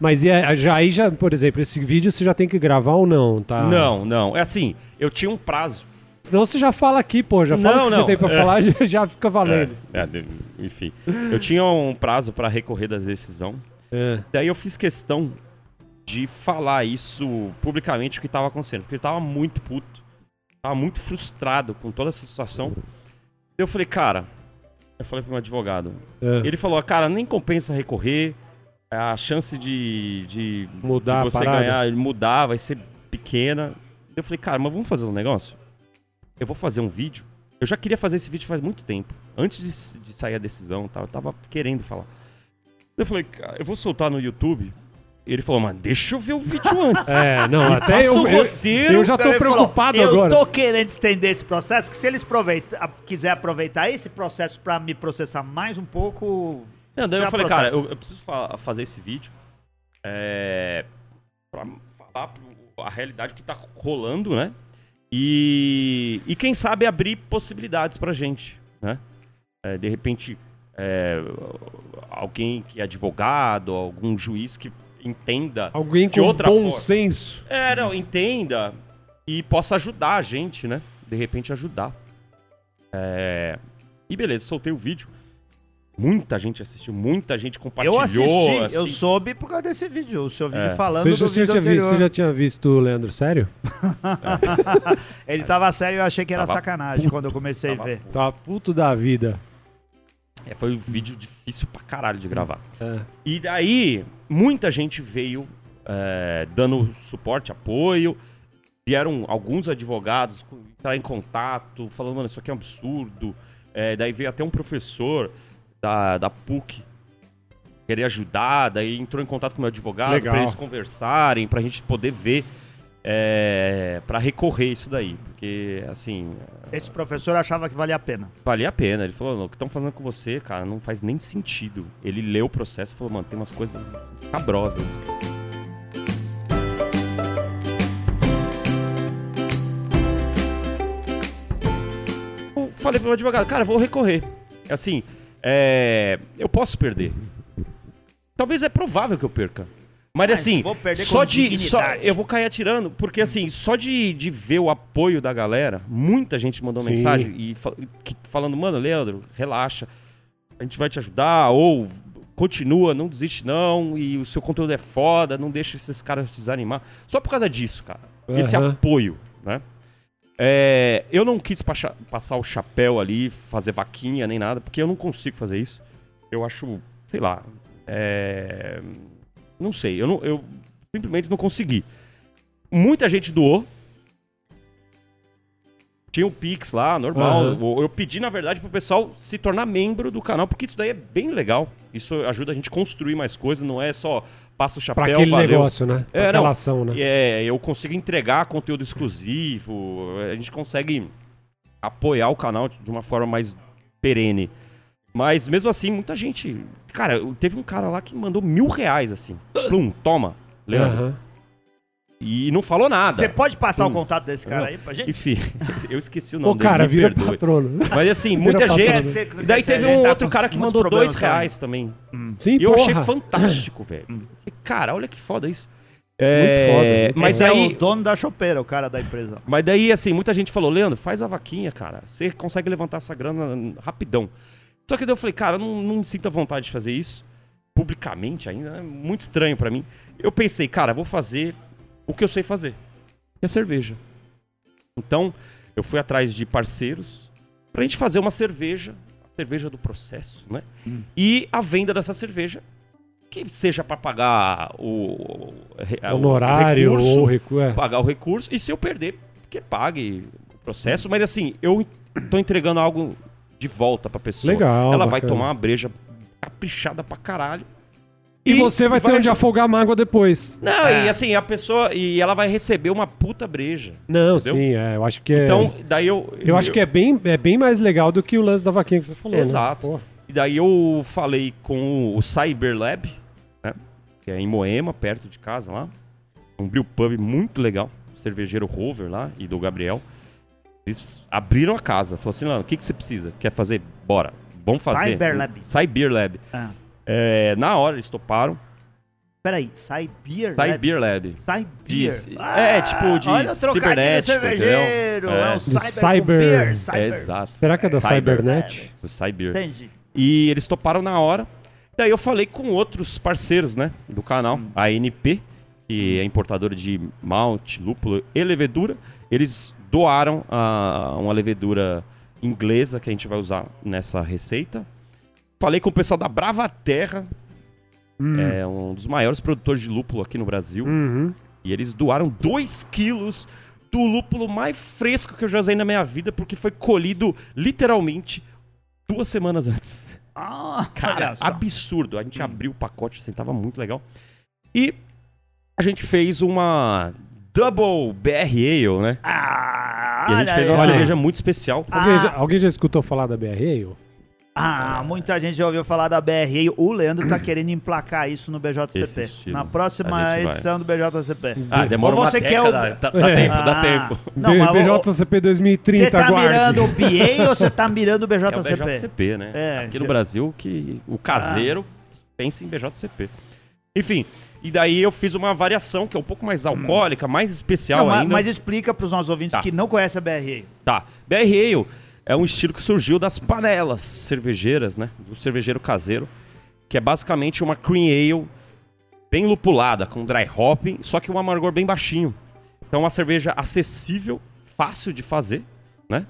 S2: Mas e aí, já, aí já, por exemplo, esse vídeo você já tem que gravar ou não, tá?
S4: Não, não. É assim, eu tinha um prazo.
S2: Senão você já fala aqui, pô. Já fala
S4: Não,
S2: o que você
S4: não.
S2: tem pra
S4: É.
S2: falar já, já fica
S4: É,
S2: valendo.
S4: é, de- enfim. Eu tinha um prazo pra recorrer da decisão.
S2: É.
S4: Daí eu fiz questão de falar isso publicamente, o que tava acontecendo. Porque eu tava muito puto. Tava muito frustrado com toda essa situação. Eu falei, cara... Eu falei pro meu advogado,
S2: é.
S4: Ele falou, "Ah, cara, nem compensa recorrer. A chance de, de,
S2: Mudar
S4: de
S2: a
S4: você
S2: parada.
S4: ganhar, mudar, vai ser pequena. Eu falei, cara, mas vamos fazer um negócio? Eu vou fazer um vídeo. Eu já queria fazer esse vídeo faz muito tempo. Antes de, s- de sair a decisão e tal, eu tava querendo falar. Eu falei, cara, eu vou soltar no YouTube. Ele falou, mano, deixa eu ver o vídeo antes.
S2: É, não, até
S4: Passa
S2: eu,
S4: o
S2: eu,
S4: roteiro.
S2: eu já tô
S1: Então Ele falou,
S2: preocupado
S1: eu
S2: agora.
S1: tô querendo estender esse processo, que se eles aproveita, a- quiser aproveitar esse processo pra me processar mais um pouco,
S4: Não, daí
S1: É
S4: eu falei,
S1: processo.
S4: cara, eu, eu preciso fa- fazer esse vídeo é, pra falar pro- a realidade que tá rolando, né? E, e quem sabe abrir possibilidades pra gente, né? É, de repente, é, alguém que é advogado, algum juiz que entenda.
S2: Alguém
S4: De
S2: com
S4: outra
S2: bom
S4: forma.
S2: senso.
S4: É, não, entenda e possa ajudar a gente, né? De repente ajudar. É, E beleza, soltei o vídeo. Muita gente assistiu, muita gente compartilhou.
S1: eu assisti, eu
S4: assim.
S1: soube por causa desse vídeo, o seu vídeo
S4: É.
S1: falando
S2: Você,
S1: do
S2: já- você
S1: vídeo
S2: já tinha visto,
S1: anterior.
S2: você já tinha visto, Leandro, sério?
S1: Ele tava sério, eu achei que era
S4: Tava
S1: sacanagem quando eu comecei a
S4: Tava
S1: ver.
S2: Tá puto da vida.
S4: É, foi um vídeo difícil pra caralho de gravar.
S2: É.
S4: E daí, muita gente veio é, dando suporte, apoio. Vieram alguns advogados co- entrar em contato, falando, mano, isso aqui é um absurdo. É, daí veio até um professor da, da PUC querer ajudar, daí entrou em contato com o meu advogado
S2: Legal.
S4: para eles conversarem, para a gente poder ver, é, para recorrer isso daí. Porque, assim,
S1: Esse professor achava que valia a pena.
S4: valia a pena. Ele falou, "Não, o que estão fazendo com você, cara, não faz nem sentido. Ele leu o processo e falou, mano, tem umas coisas escabrosas. Eu falei pro meu advogado, cara, eu vou recorrer. Assim, é, eu posso perder. Talvez é provável que eu perca. Mas
S1: Mas
S4: assim,
S1: Ah, vou perder
S4: só
S1: com
S4: de. Só,
S1: dignidade.
S4: eu vou cair atirando, porque assim, só de, de ver o apoio da galera, muita gente mandou
S2: Sim.
S4: mensagem e fa- que- falando, mano, Leandro, relaxa. A gente vai te ajudar, ou continua, não desiste, não, e o seu conteúdo é foda, não deixa esses caras te desanimar. Só por causa disso, cara. Esse
S2: Aham.
S4: apoio, né? É, eu não quis pacha- passar o chapéu ali, fazer vaquinha nem nada, porque eu não consigo fazer isso. Eu acho, sei lá. é, não sei, eu, não- eu simplesmente não consegui. Muita gente doou. Tinha o Pix lá, normal.
S2: Aham.
S4: Eu- Eu pedi, na verdade, pro pessoal se tornar membro do canal, porque isso daí é bem legal. Isso ajuda a gente a construir mais coisas, não é só passa o
S2: Pra
S4: chapéu,
S2: aquele
S4: valeu.
S2: negócio, né? Pra
S4: É,
S2: aquela
S4: não.
S2: ação, né?
S4: E É, eu consigo entregar conteúdo exclusivo, a gente consegue apoiar o canal de uma forma mais perene. Mas mesmo assim, muita gente. Cara, eu- teve um cara lá que mandou mil reais assim. Plum, toma, Leandro.
S2: Aham.
S4: E não falou nada.
S1: Você pode passar
S4: Hum.
S1: o contato desse cara aí pra gente?
S4: Enfim, eu esqueci o nome
S2: Ô, cara,
S4: dele, me
S2: vira
S4: perdoe.
S2: patrono.
S4: Mas assim, muita
S2: patrono.
S4: gente.
S2: É,
S4: E daí teve um
S1: tá
S4: outro cara que mandou dois reais também.
S2: Sim,
S4: E eu achei
S2: porra.
S4: fantástico, velho. Falei, Cara, olha que foda isso.
S2: foda, né?
S4: É,
S2: muito
S4: mas
S1: Esse
S4: aí,
S1: é o dono da chopeira, o cara da empresa.
S4: Mas daí, assim, muita gente falou, Leandro, faz a vaquinha, cara. Você consegue levantar essa grana hum, rapidão. Só que daí eu falei, cara, eu não, não sinto a vontade de fazer isso publicamente ainda. É muito estranho pra mim. Eu pensei, cara, vou fazer o que eu sei fazer. Que é cerveja. Então, eu fui atrás de parceiros pra gente fazer uma cerveja. A cerveja do processo, né?
S2: Hum.
S4: E a venda dessa cerveja. Que seja pra pagar o... o- o
S2: Honorário
S4: recurso,
S2: ou recu... é.
S4: pagar o recurso e se eu perder, que pague o processo, mas assim, eu tô entregando algo de volta pra pessoa.
S2: Legal,
S4: Ela vai
S2: bacana.
S4: tomar uma breja caprichada pra caralho.
S2: E você vai ter um É. onde afogar a mágoa depois.
S4: Não, e assim, a pessoa e ela vai receber uma puta breja.
S2: Não,
S4: Entendeu?
S2: sim, é, eu acho que é...
S4: Então, daí eu
S2: eu acho que é bem, é bem mais legal do que o lance da vaquinha que você falou, né?
S4: Exato.
S2: Porra.
S4: E daí eu falei com o Cyberlab, né? Que é em Moema, perto de casa lá. Um brew pub muito legal. Cervejeiro Rover lá e do Gabriel. Eles abriram a casa. Falou assim, Lano, o que, que você precisa? Quer fazer? Bora. Vamos fazer.
S1: Cyberlab.
S4: Cyberlab.
S1: Ah,
S4: É, na hora eles toparam.
S1: peraí, sai beer? né?
S4: Cyberlab.
S1: Sai beer. Ah,
S4: Diz- é, tipo, de
S1: olha o trocadilho
S4: cibernético,
S1: cervejeiro.
S4: entendeu?
S1: É,
S4: É.
S1: um
S4: De
S1: cyber.
S2: cyber.
S1: com beer, cyber.
S4: É, exato.
S2: Será que é da
S4: Cyber-
S2: Cybernet?
S4: O Cyber.
S1: Entendi.
S4: E eles toparam na hora. Daí eu falei com outros parceiros, né, do canal, a NP, que é importadora de malte, lúpulo e levedura. Eles doaram a, uma levedura inglesa que a gente vai usar nessa receita. Falei com o pessoal da Brava Terra, é um dos maiores produtores de lúpulo aqui no Brasil.
S2: Uhum.
S4: E eles doaram 2 quilos do lúpulo mais fresco que eu já usei na minha vida, porque foi colhido literalmente duas semanas antes.
S1: Ah,
S4: Cara,
S1: olha só. Hum.
S4: absurdo. A gente abriu o pacote, assim, tava muito legal. E a gente fez uma Double BR Ale, né?
S1: Ah,
S4: E a gente
S1: olha
S4: fez uma
S1: aí.
S2: olha aí.
S4: cerveja muito especial.
S2: Alguém,
S1: Ah.
S2: já, alguém já escutou falar da BR Ale?
S1: Ah, muita gente já ouviu falar da BR. O Leandro tá querendo emplacar isso no
S4: Esse
S1: BJCP.
S4: estilo.
S1: Na
S4: A
S1: próxima
S4: gente vai.
S1: edição do BJCP.
S4: Ah, demora
S1: Ou
S4: uma
S1: você quer o-
S4: década. Dá, dá tempo, dá
S1: Ah,
S4: tempo.
S1: Não,
S2: B-
S1: mas o-
S2: BJCP
S1: Você
S2: 2030,
S1: tá
S2: aguarde.
S1: mirando o BA ou você tá mirando o
S4: É o
S1: BJCP?
S4: BJCP, né?
S1: É, Ah.
S4: Aqui no
S1: já-
S4: Brasil, que o caseiro pensa em BJCP. Enfim, e daí eu fiz uma variação que é um pouco mais alcoólica, mais especial
S1: Hum. Não, ma-
S4: ainda.
S1: mas, explica pros nossos ouvintes
S4: Tá.
S1: que não conhecem a BR.
S4: Tá. BR Ale é um estilo que surgiu das panelas cervejeiras, né? Do cervejeiro caseiro, que é basicamente uma cream ale bem lupulada, com dry hopping, só que um amargor bem baixinho. Então é uma cerveja acessível, fácil de fazer, né?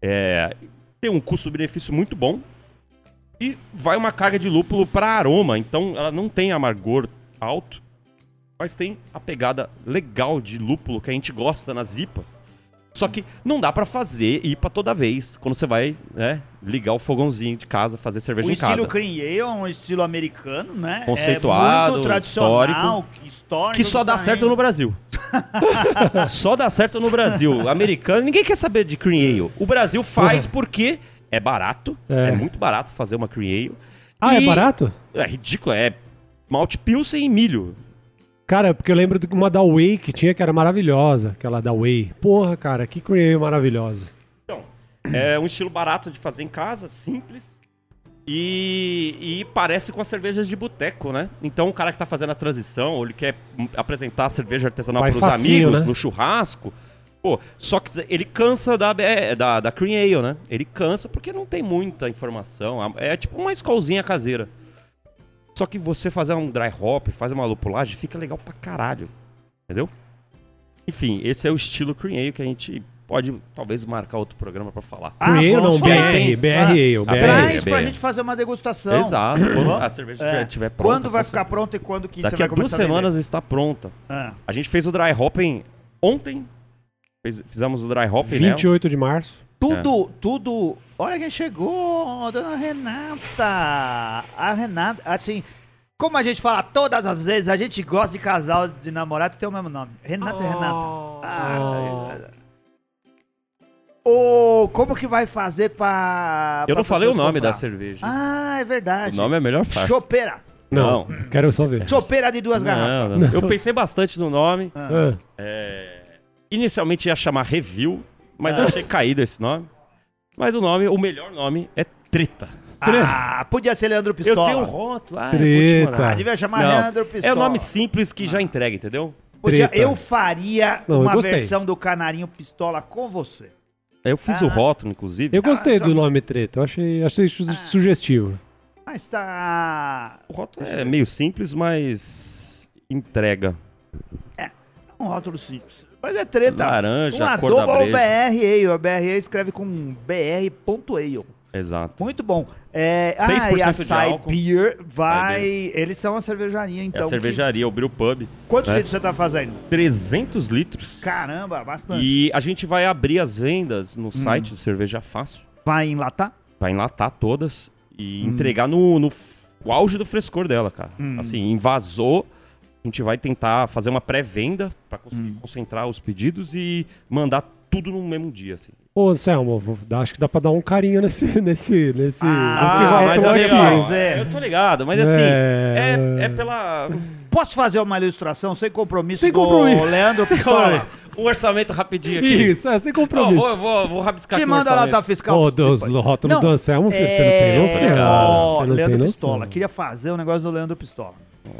S4: É, tem um custo-benefício muito bom e vai uma carga de lúpulo para aroma, então ela não tem amargor alto, mas tem a pegada legal de lúpulo que a gente gosta nas IPAs. Só que não dá pra fazer ir pra toda vez quando você vai, né, ligar o fogãozinho de casa, fazer cerveja
S1: O
S4: em casa.
S1: estilo cream ale é um estilo americano, né?
S4: Conceituado,
S1: é muito tradicional, histórico,
S4: Que só dá
S1: tá
S4: certo
S1: indo.
S4: no Brasil. só dá certo no Brasil. Americano, ninguém quer saber de cream ale. O Brasil faz porque é barato,
S2: É.
S4: é, muito barato fazer uma cream ale.
S2: Ah, é
S4: E-
S2: barato?
S4: É ridículo, é malte pilsen e milho.
S2: Cara, porque eu lembro de uma da Way que tinha que era maravilhosa, aquela da Way. Porra, cara, que cream ale maravilhosa.
S4: Então, é um estilo barato de fazer em casa, simples. E, e parece com as cervejas de boteco, né? Então o cara que tá fazendo a transição, ou ele quer hum, apresentar a cerveja artesanal
S2: Vai
S4: pros
S2: facinho,
S4: amigos
S2: né?
S4: no churrasco. Pô, só que ele cansa da, é, da, da Cream Ale, né? Ele cansa porque não tem muita informação. É tipo uma escolzinha caseira. Só que você fazer um dry hop, fazer uma lupulagem, fica legal pra caralho. Entendeu? Enfim, esse é o estilo Cream Ale que a gente pode talvez marcar outro programa pra falar.
S1: Ah,
S2: cream ale
S1: vamos
S2: não, BR,
S1: falar.
S2: BR ale,
S4: Ah,
S2: BR ale.
S1: Traz
S4: É,
S1: pra
S4: é.
S1: gente fazer uma degustação.
S4: Exato. Quando a
S1: Então, É.
S4: cerveja estiver pronta.
S1: Quando vai
S4: tá
S1: ficar
S4: certo.
S1: pronto e quando que você
S4: Daqui a
S1: vai
S4: duas
S1: começar a
S4: semanas está pronta.
S1: vender? Ah.
S4: A gente fez o dry hopping ontem. Fez- fizemos o dry hopping, né?
S2: 28 de março.
S1: Tudo,
S4: É.
S1: tudo. Olha quem chegou, dona Renata. A Renata, assim, como a gente fala todas as vezes, a gente gosta de casal de namorado que tem o mesmo nome. Renata e Renata. Ah, Ô, como que vai fazer pra. pra
S4: Eu não falei o
S1: pessoas
S4: nome
S1: comprar?
S4: da cerveja.
S1: Ah, é
S4: o
S1: verdade.
S4: nome é a melhor parte.
S1: Chopeira.
S2: Não, quero só ver.
S1: Chopeira de duas garrafas.
S4: Não, não. Eu pensei bastante no nome. É,
S2: Ah,
S4: Inicialmente ia chamar Review, mas
S1: Ah.
S4: achei caído esse nome. Mas o nome, o melhor nome é Treta.
S1: Ah, podia ser Leandro Pistola.
S4: Eu tenho um rótulo. Ah, Eu vou te
S2: Treta.
S4: mandar.
S1: Ah, devia chamar
S4: Não,
S1: Leandro Pistola. Ah.
S4: É um nome simples que já entrega, entendeu?
S1: Podia-
S2: Treta.
S1: Eu faria
S2: Não, eu
S1: uma
S2: gostei.
S1: versão do Canarinho Pistola com você.
S4: Eu fiz
S1: Ah.
S4: o rótulo, inclusive.
S2: eu gostei
S1: Ah,
S2: do nome treta, eu achei, achei su- sugestivo.
S1: Mas tá.
S4: O rótulo é meio simples, mas entrega.
S1: Um rótulo simples. Mas é treta.
S4: Laranja,
S1: um
S4: cor da
S1: adobo ao BR
S4: breja.
S1: Ale. O BR Ale escreve com br.ale.
S4: Exato.
S1: Muito bom. É, ah,
S4: 6%
S1: e a
S4: de
S1: Sai
S4: álcool.
S1: Beer vai. Eles são a cervejaria,
S4: É
S1: então.
S4: a
S1: que-
S4: cervejaria, o Brew Pub.
S1: Quantos
S4: né?
S1: litros você tá fazendo?
S4: 300 litros.
S1: Caramba, bastante.
S4: E a gente vai abrir as vendas
S1: Hum.
S4: no site do Cerveja Fácil.
S1: Vai enlatar?
S4: Vai enlatar todas e
S1: Hum.
S4: entregar no, no f- o auge do frescor dela, cara. Assim, invasou. A gente vai tentar fazer uma pré-venda pra conseguir
S1: Hum.
S4: concentrar os pedidos e mandar tudo no mesmo dia, assim.
S2: Ô, Selmo, vou- dá- acho que dá pra dar um carinho nesse, nesse, nesse,
S1: Ah,
S2: nesse
S1: mas
S2: rótulo
S1: é
S2: aqui.
S1: legal.
S2: hein?
S1: é.
S4: Eu tô ligado, mas assim,
S2: É.
S4: é, é pela.
S1: Posso fazer uma ilustração sem compromisso
S2: Sem
S1: com
S2: compromisso.
S1: o Leandro Pistola?
S4: O um orçamento rapidinho aqui.
S2: Isso, é sem
S4: Ó,
S2: compromisso.
S4: vou, vou, vou rabiscar
S1: Te
S4: aqui o
S1: manda a
S4: orçamento.
S1: nota fiscal.
S2: Ô, Deus,
S1: depois.
S2: o rótulo
S1: Não,
S2: do Anselmo, filho, você não tem noção.
S1: É, ó,
S2: Você não
S1: Leandro
S2: tem noção.
S1: Pistola. Queria fazer um negócio do Leandro Pistola.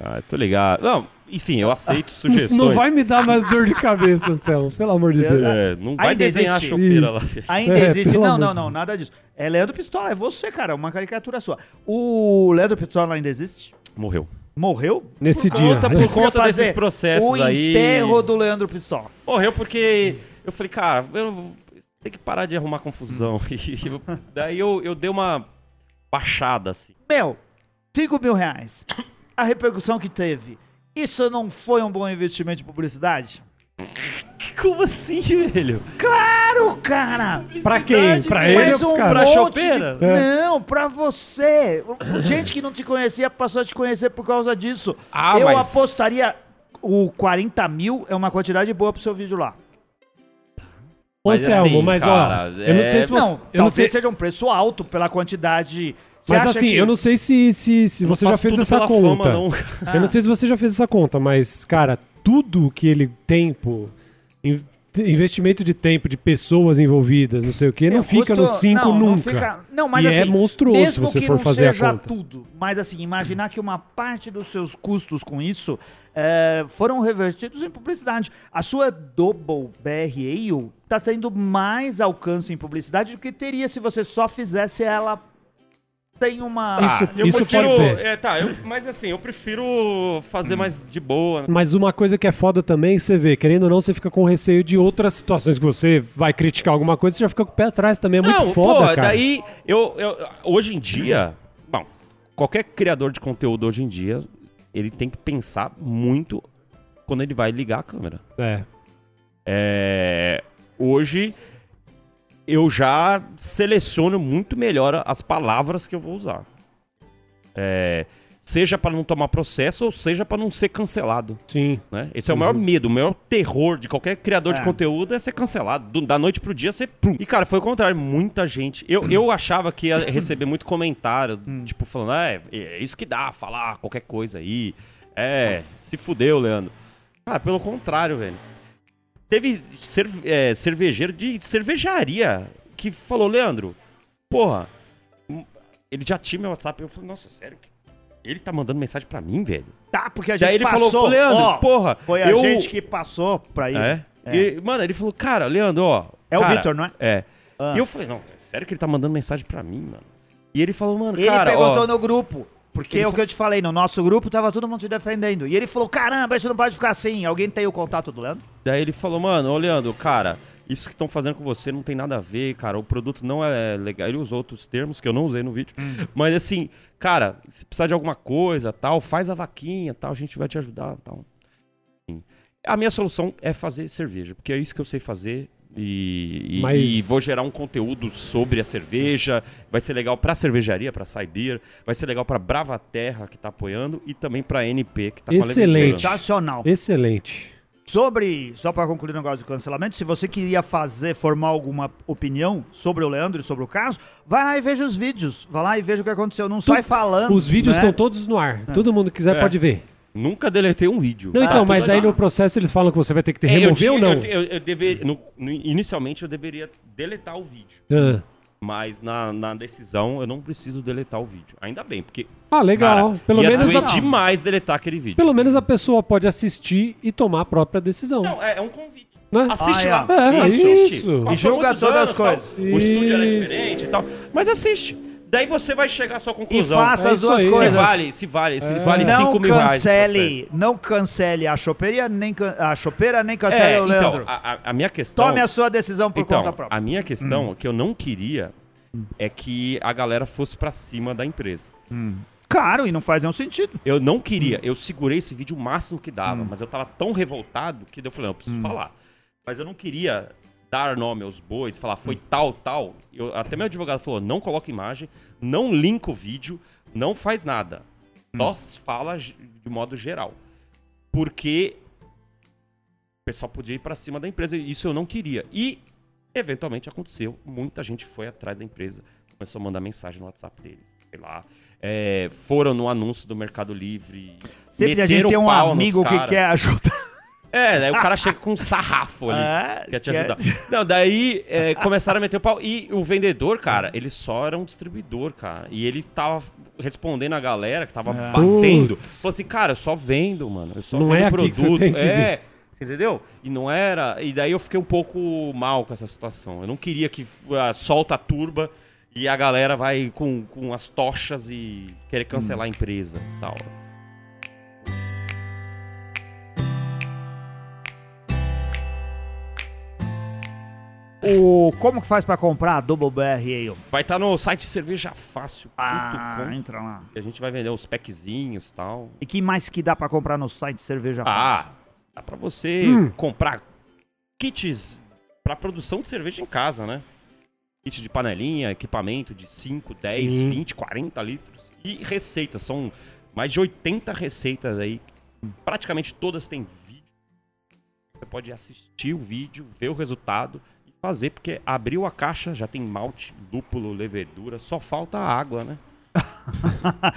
S4: Ah, tô ligado. Não, enfim, eu aceito
S2: Isso
S4: sugestões.
S2: não vai me dar mais dor de cabeça, Anselmo, pelo amor de Deus.
S4: É, não vai
S1: Ainda
S4: desenhar
S1: existe.
S4: a chopeira
S2: Isso.
S4: lá.
S1: Ainda
S2: É,
S1: existe.
S2: pelo
S1: Não,
S2: amor
S1: não,
S2: de
S1: não, nada disso. É Leandro Pistola, é você, cara, é uma caricatura sua. O Leandro Pistola ainda existe?
S4: Morreu.
S1: Morreu?
S2: Nesse
S1: Por
S2: dia.
S4: Conta
S2: né?
S4: por
S1: Eu ia
S4: conta
S1: fazer
S4: desses processos
S1: o
S4: aí.
S1: um enterro do Leandro Pistola.
S4: Morreu porque eu falei, cara, eu tenho que parar de arrumar confusão. E eu- daí eu, eu dei uma baixada, assim.
S1: Meu, 5 mil reais. A repercussão que teve. Isso não foi um bom investimento de publicidade?
S4: Como assim, velho?
S1: Claro, cara!
S2: Pra quem? Pra
S1: Mas
S2: ele ou
S1: um
S2: pros
S4: Pra
S2: caras?
S1: monte
S4: chopeira?
S1: de-
S2: É.
S1: Não, pra você. Gente que não te conhecia passou a te conhecer por causa disso.
S4: Ah,
S1: Eu
S4: mas-
S1: apostaria o 40 mil é uma quantidade boa pro seu vídeo lá.
S2: Ô,
S4: Mas
S2: Selmo,
S4: assim,
S2: mas
S4: cara,
S2: ó, eu não sei
S4: é-
S2: se você...
S1: Não,
S2: eu não
S1: talvez
S2: sei,
S1: seja um preço alto pela quantidade. Você
S2: mas
S1: acha
S2: assim,
S1: que-
S2: eu não sei se, se, se você já
S4: Faço
S2: fez
S4: tudo
S2: essa
S4: pela
S2: conta.
S4: Fama, não.
S2: Eu não sei se você já fez essa conta, mas, cara, tudo que ele tem, pô, in- investimento de tempo, de pessoas envolvidas, não sei o quê, não
S1: É,
S2: fica
S1: custo-
S2: nos 5
S1: não,
S2: nunca.
S1: Não, fica- não, mas
S2: E
S1: assim,
S2: é monstruoso se
S1: mesmo
S2: você
S1: que
S2: for
S1: não
S2: fazer a
S1: seja
S2: conta.
S1: tudo, mas assim, imaginar que uma parte dos seus custos com isso é, foram revertidos em publicidade. A sua Double BR Ale tá tendo mais alcance em publicidade do que teria se você só fizesse ela tem uma...
S2: Isso-
S1: eu
S2: isso
S1: prefiro-
S2: pode ser. Hum.
S4: É, tá, eu- mas assim, eu prefiro fazer mais de boa. né?
S2: Mas uma coisa que é foda também, você vê, querendo ou não, você fica com receio de outras situações que você vai criticar alguma coisa, você já fica com o pé atrás também, é muito
S4: não,
S2: foda,
S4: pô,
S2: cara.
S4: daí eu, eu- hoje em dia, bom, qualquer criador de conteúdo hoje em dia, ele tem que pensar muito quando ele vai ligar a câmera.
S2: É.
S4: É, Hoje eu já seleciono muito melhor as palavras que eu vou usar. É, seja para não tomar processo ou seja para não ser cancelado.
S2: Sim.
S4: né? Esse é o maior medo, o maior terror de qualquer criador
S1: É.
S4: de conteúdo é ser cancelado. Do- da noite pro dia, você. Pum. E, cara, foi o contrário. Muita gente. Eu, eu achava que ia receber muito comentário, tipo, falando, "Ah, é, é isso que dá, falar qualquer coisa aí. É, se fudeu, Leandro. Cara, pelo contrário, velho. Teve cer- é, cervejeiro de cervejaria que falou, Leandro, porra, hum, ele já tinha meu WhatsApp. Eu falei, nossa, sério? que- Ele tá mandando mensagem pra mim, velho?
S1: Tá, porque a gente
S4: Daí ele
S1: passou.
S4: falou, Leandro,
S1: ó,
S4: porra,
S1: Foi a
S4: eu-
S1: gente que passou pra ele.
S4: É?
S1: É.
S4: E, mano, ele falou, cara, Leandro, ó.
S1: É o
S4: cara,
S1: Vitor, não é?
S4: É.
S1: Ah.
S4: E eu falei, não, é sério que ele tá mandando mensagem pra mim, mano. E ele falou, mano,
S1: Ele
S4: cara,
S1: perguntou
S4: ó,
S1: no grupo. Porque
S4: Ele
S1: é o que eu te falei, no nosso grupo tava todo mundo se defendendo. E ele falou: caramba, isso não pode ficar assim. Alguém tem o contato do Leandro?
S4: Daí ele falou, mano, ô Leandro, cara, isso que estão fazendo com você não tem nada a ver, cara. O produto não é legal. Ele usou outros termos que eu não usei no vídeo.
S2: Hum.
S4: Mas assim, cara, se precisar de alguma coisa, tal, faz a vaquinha, tal, a gente vai te ajudar, tal. Enfim. A minha solução é fazer cerveja, porque é isso que eu sei fazer. E, e-
S2: Mas-
S4: e vou gerar um conteúdo sobre a cerveja. Vai ser legal pra cervejaria, pra Saibir. Vai ser legal pra Brava Terra, que tá apoiando. E também pra NP, que tá
S2: Excelente.
S4: com a Leandro.
S1: Sensacional.
S2: Excelente.
S1: Sobre, só para concluir o negócio do cancelamento, se você queria fazer, formar alguma opinião sobre o Leandro e sobre o caso, vai lá e veja os vídeos. Vai lá e veja o que aconteceu. Não sai falando.
S2: Os vídeos
S1: né?
S2: estão todos no ar. Todo mundo que quiser
S4: É.
S2: pode ver.
S4: Nunca deletei um vídeo.
S2: Não,
S4: Tá
S2: então,
S4: tudo
S2: mas aí
S4: lá.
S2: no processo eles falam que você vai ter que ter
S4: É, eu
S2: remover
S4: tinha-
S2: ou não.
S4: eu- eu- eu dever- no- no- inicialmente eu deveria deletar o vídeo.
S2: Ah.
S4: Mas na, na decisão eu não preciso deletar o vídeo. Ainda bem, porque.
S2: Ah, legal.
S4: cara,
S2: pelo,
S4: ia
S2: menos
S4: doer
S2: a,
S1: não.
S4: demais deletar aquele vídeo.
S2: pelo menos a pessoa pode assistir e tomar a própria decisão.
S4: Não, é, é um convite.
S2: né?
S4: Assiste
S1: Ah, é.
S4: lá.
S2: É,
S4: assiste.
S2: isso.
S4: Passou
S1: E julga
S4: muitos
S1: todas
S4: anos,
S1: as coisas.
S4: tal. O estúdio era
S2: Isso.
S4: diferente e tal. Mas assiste. Daí você vai chegar à sua
S1: E
S4: conclusão.
S1: faça
S2: É
S1: as
S2: isso
S1: duas
S2: aí.
S4: se
S1: coisas.
S4: vale, se vale, se
S2: É.
S4: vale 5
S1: Não
S4: mil reais. pra você.
S1: cancele, não cancele a choperia, nem can- a chopeira, nem cancele
S4: É,
S1: o
S4: então,
S1: Leandro.
S4: a, a- a minha questão.
S1: Tome a sua decisão por
S4: Então,
S1: conta própria.
S4: a minha questão que eu não queria é que a galera fosse pra cima da empresa.
S1: Claro, e não faz nenhum sentido.
S4: Eu não queria, eu segurei esse vídeo o máximo que dava, mas eu tava tão revoltado que eu falei, não, eu preciso falar. Mas eu não queria dar nome aos bois, falar foi
S1: Hum.
S4: tal, tal. Eu, até meu advogado falou, não coloca imagem, não linka o vídeo, não faz nada.
S1: Hum.
S4: Só se fala ge- de modo geral. Porque o pessoal podia ir pra cima da empresa, e isso eu não queria. E eventualmente aconteceu, muita gente foi atrás da empresa, começou a mandar mensagem no WhatsApp deles, sei lá. É, foram no anúncio do Mercado Livre.
S1: Sempre a gente
S4: meteram
S1: tem um
S4: pau nos
S1: amigo que
S4: cara.
S1: quer ajudar.
S4: É, daí o cara chega com um sarrafo ali.
S1: É,
S4: Quer te
S1: que é-
S4: ajudar. Não, daí é, começaram a meter o pau. E o vendedor, cara, ele só era um distribuidor, cara. E ele tava respondendo a galera que tava batendo.
S2: Putz.
S4: Falou assim, cara, eu só vendo, mano. Eu só
S2: Não
S4: vendo
S2: é aqui que
S4: produto.
S2: você tem que
S4: é. Entendeu? E não era. E daí eu fiquei um pouco mal com essa situação. Eu não queria que ah, solta a turba e a galera vai com, com as tochas e querer cancelar a empresa e tal.
S1: O, como que faz pra comprar a Double BR Ale?
S4: Vai estar no site cervejafácil.com.
S1: Ah, entra lá.
S4: A gente vai vender os packzinhos e tal.
S1: E que mais que dá pra comprar no site Cerveja Fácil? Hum.
S4: Ah, dá pra você comprar kits pra produção de cerveja em casa, né? Kit de panelinha, equipamento de 5, 10,
S2: Sim.
S4: 20, 40 litros. E receitas, são mais de 80 receitas aí. Praticamente todas têm vídeo. Você pode assistir o vídeo, ver o resultado e fazer, porque abriu a caixa, já tem malte, lúpulo, levedura, só falta a água, né?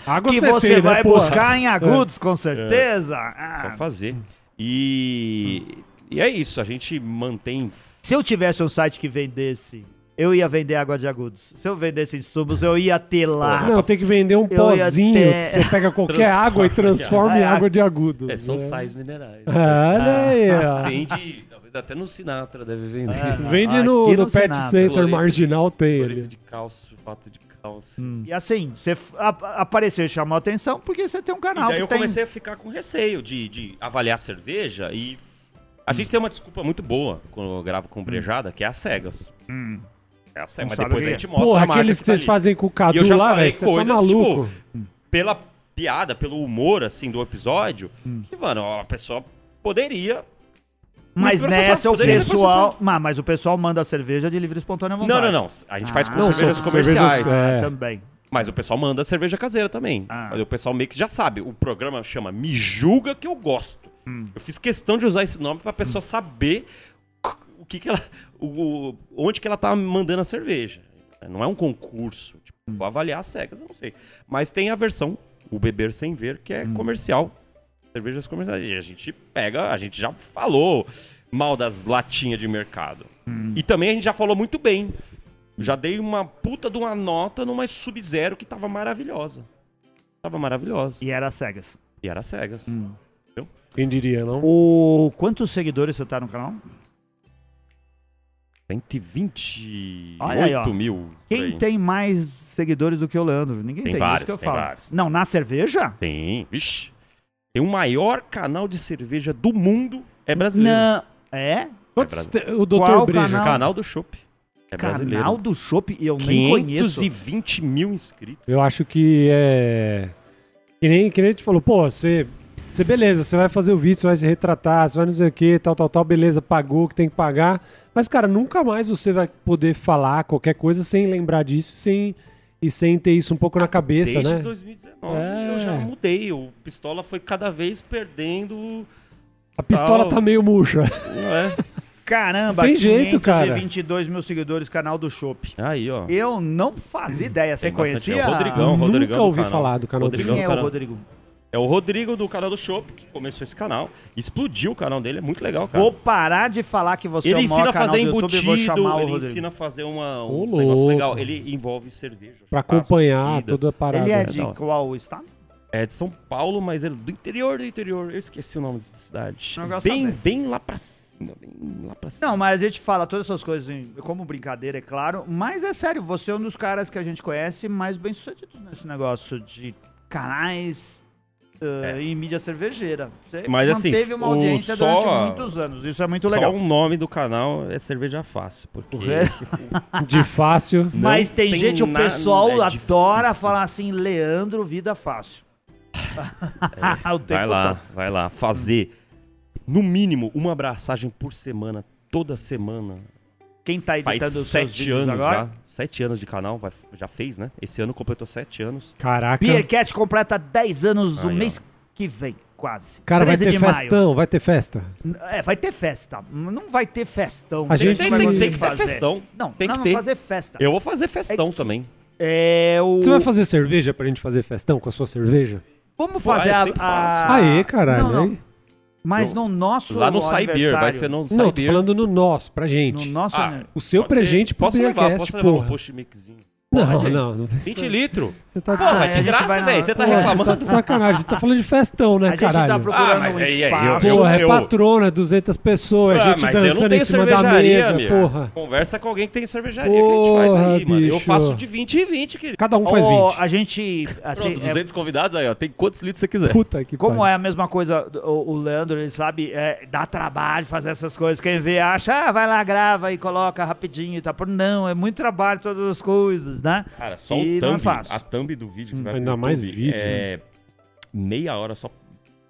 S2: Água
S1: que você
S2: tem, né,
S1: vai
S2: porra?
S1: buscar
S4: É.
S1: em agudos, com certeza. Ah,
S4: Só fazer. E, e é isso, a gente mantém
S1: se eu tivesse um site que vendesse, eu ia vender água de agudos. Se eu vendesse insumos, eu ia ter lá.
S2: Não, tem que vender um
S1: Eu ia
S2: pozinho.
S1: até-
S2: que Você pega qualquer
S4: Transforma.
S2: água e transforma em
S1: É,
S2: água de agudo.
S4: É, são
S2: né? Ah.
S4: sais minerais.
S1: Ah,
S2: Olha aí, ó.
S4: Vende, talvez até no Sinatra deve vender.
S2: Vende
S1: Aqui
S2: no, no Pet
S1: Senado.
S2: Center
S4: Cloreto de-
S2: Marginal, tem
S4: Cloreto
S2: Ah, ele. Hum.
S4: de cálcio, fato de cálcio.
S1: E assim, você f- ap- apareceu e chamou a atenção porque você tem um
S4: E
S1: canal
S4: daí
S1: que
S4: eu
S1: tem...
S4: comecei a ficar com receio de, de avaliar a cerveja e. A
S2: Hum.
S4: gente tem uma desculpa muito boa quando eu gravo com brejada, que é as cegas.
S1: Hum.
S4: É a cega,
S1: Não
S4: mas
S1: sabe
S4: depois
S1: o
S4: a
S1: que
S4: gente mostra
S2: Porra,
S4: a marca
S2: aqueles que
S4: tá
S2: vocês
S4: ali.
S2: fazem com o
S4: E eu
S2: Cadu
S4: já
S2: lá,
S4: falei
S2: velho, você tá
S4: coisas, tipo,
S2: maluco.
S4: Pela
S2: Hum.
S4: piada, pelo humor, assim, do episódio, que, mano, ó, a pessoa poderia
S1: Mas
S4: Não, processar-
S1: nessa o
S4: poderia processar.
S1: pessoal. Mas, mas o pessoal manda a cerveja de livre e espontânea vontade.
S4: Não, não, não. A gente faz com
S1: Ah, não,
S4: cervejas
S1: são
S4: comerciais.
S2: cervejas- É.
S1: Também.
S4: Mas o pessoal manda cerveja caseira também.
S1: Ah.
S4: Mas O pessoal meio que já sabe. O programa chama Me Julga Que Eu Gosto. Eu fiz questão de usar esse nome pra pessoa saber o que, que ela. o- o- onde que ela tá mandando a cerveja. Não é um concurso. Tipo, vou avaliar as cegas, eu não sei. Mas tem a versão O Beber Sem Ver, que é comercial. Cervejas comerciais. E a gente pega, a gente já falou mal das latinhas de mercado.
S1: Hum.
S4: E também a gente já falou muito bem. Já dei uma puta de uma nota numa Sub-Zero que tava maravilhosa. Tava maravilhosa.
S1: E era às cegas.
S4: E era cegas.
S1: Hum.
S2: Quem diria, não?
S1: O... Quantos seguidores você tá no canal?
S4: 128
S1: Olha aí, ó.
S4: mil. por
S1: Quem
S4: aí.
S1: tem mais seguidores do que o Leandro? Ninguém tem, é
S4: Tem
S1: isso
S4: vários,
S1: que eu
S4: tem
S1: falo.
S4: vários.
S1: Não, na cerveja?
S4: Tem. Vixe. Tem o maior canal de cerveja do mundo. É brasileiro.
S1: Não. É?
S2: Quantos
S4: É
S2: te- o Dr.
S1: Qual
S2: Breja.
S1: canal?
S4: Canal do Chopp. É
S1: Canal
S4: brasileiro.
S1: do Chopp e eu nem conheço.
S4: 520 mil inscritos.
S2: Eu acho que é. Que nem, que nem a gente falou, pô, você. Você beleza, você vai fazer o vídeo, você vai se retratar, você vai não sei o que, tal, tal, tal, beleza, pagou o que tem que pagar. Mas, cara, nunca mais você vai poder falar qualquer coisa sem lembrar disso sem, e sem ter isso um pouco na cabeça,
S4: Desde
S2: né?
S4: 2019
S2: É.
S4: eu já mudei. O Pistola foi cada vez perdendo.
S2: A pistola
S4: Tal.
S2: tá meio murcha.
S4: Não é?
S1: Caramba,
S2: Não tem jeito, cara.
S1: 522 mil seguidores, canal do Chopp.
S4: Aí, ó.
S1: Eu não fazia ideia. Você
S4: Tem bastante.
S1: conhecia?
S4: É o Rodrigão.
S2: Nunca
S4: Rodrigão do
S2: ouvi
S4: canal.
S2: falar do canal do
S4: Rodrigão.
S1: Quem é
S4: cara.
S1: o Rodrigo?
S4: É o Rodrigo do canal do Shop que começou esse canal. Explodiu o canal dele, é muito legal, cara.
S1: Vou parar de falar que você
S4: ele
S1: é o maior
S4: ensina a
S1: canal
S4: fazer
S1: do YouTube e vou
S4: embutido,
S1: chamar o
S4: ele
S1: Rodrigo.
S4: ensina a fazer uma,
S2: Ô,
S4: um negócio
S2: louco.
S4: legal. Ele envolve cerveja.
S2: Pra
S4: churrasco,
S2: acompanhar
S4: comida.
S2: toda a parada.
S1: Ele é
S4: né?
S1: de
S4: Da hora.
S1: qual estado?
S4: É de São Paulo, mas ele é do interior do interior. Eu esqueci o nome dessa cidade.
S1: Não, eu gosto
S4: Bem,
S1: saber.
S4: bem lá pra cima, bem lá pra cima.
S1: Não, mas a gente fala todas essas coisas em- como brincadeira, é claro. Mas é sério, você é um dos caras que a gente conhece mais bem sucedidos nesse negócio de canais eh, em mídia cervejeira. Você
S4: É. Mas, assim,
S1: manteve uma
S4: o-
S1: audiência
S4: só-
S1: durante muitos anos. Isso é muito
S4: Só um
S1: legal.
S4: o nome do canal é Cerveja Fácil, porque...
S1: Porque-
S2: De fácil.
S4: não
S1: Mas tem,
S4: tem
S1: gente, o
S4: nada,
S1: pessoal
S4: é
S1: adora
S4: difícil.
S1: falar assim, Leandro, vida fácil. o tempo
S4: É. Vai lá,
S1: todo.
S4: vai lá. Fazer, no mínimo, uma abraçagem por semana, toda semana,
S1: Quem tá editando
S4: Faz
S1: os seus
S4: sete
S1: vídeos
S4: anos
S1: agora?
S4: já. Sete anos de canal, vai- já fez, né? Esse ano completou sete anos.
S2: Caraca.
S1: Beercat completa 10 anos o
S4: Aí, ó.
S1: mês que vem, quase.
S2: Cara, vai
S1: 13
S2: ter
S1: de maio.
S2: festão, vai ter festa.
S1: É, vai ter festa. Não vai ter festão.
S2: A gente vai-
S1: conseguir
S2: tem
S4: que ter
S1: fazer.
S4: festão.
S1: Não,
S4: Tem
S1: nós vamos
S4: que ter.
S1: fazer festa.
S4: Eu vou fazer festão
S1: É que-
S4: também.
S1: É, o...
S2: Você vai fazer cerveja pra gente fazer festão com a sua cerveja?
S1: Vamos fazer
S4: Ah, eu
S1: a...
S4: sempre
S1: a...
S4: faço.
S2: Aê, caralho.
S1: Não, não.
S2: aí.
S1: Mas no nosso
S4: Lá no Cyber, vai
S1: aniversário,
S4: ser no
S2: Não, tô
S4: Cyber.
S2: falando no nosso, pra
S1: No
S2: gente.
S1: nosso...
S4: Ah,
S1: aniversário.
S2: O seu
S4: Pode ser.
S2: presente pro
S4: posso levar,
S2: Beercast,
S4: posso levar um
S2: porra.
S4: post mixzinho.
S2: Não, não, não.
S4: 20 litros.
S2: Você tá de
S1: Ah,
S4: Porra,
S1: é, a
S4: de
S1: gente vai
S4: graça,
S1: na-
S4: velho. Você tá
S1: Porra,
S2: Você tá
S4: reclamando.
S2: de sacanagem, você tá falando de festão, né,
S1: A gente tá
S2: caralho?
S1: procurando
S4: Ah, mas
S1: um
S4: aí, aí,
S1: espaço.
S4: eu-
S2: Porra, é
S4: eu-
S2: patrona, 200 pessoas,
S4: Ah,
S2: a gente
S4: mas eu não
S2: dançando em
S4: tenho
S2: cima da
S4: cervejaria,
S2: mesa,
S4: amigo.
S2: porra.
S4: Conversa com alguém que tem cervejaria que a gente faz aí,
S2: Porra,
S4: mano. Eu
S2: bicho.
S4: faço de 20 em 20, querido.
S2: Cada um faz
S1: Ô,
S2: 20.
S1: A gente... Assim,
S4: Pronto,
S1: é-
S4: 200 convidados aí, ó. Tem quantos litros você quiser.
S2: Puta que
S1: Como
S2: pariu.
S1: é a mesma coisa, o, o Leandro, ele sabe, é, dá trabalho fazer essas coisas. Quem vê acha, ah, vai lá, grava e coloca rapidinho e tá por. Não, é muito trabalho todas as coisas, né?
S4: Cara, só
S1: E
S4: o
S1: não é
S4: thumb,
S1: fácil.
S4: a thumb do vídeo que vai
S2: Hum, Ainda
S4: pro
S2: mais
S4: YouTube
S2: vídeo, né?
S4: É meia hora só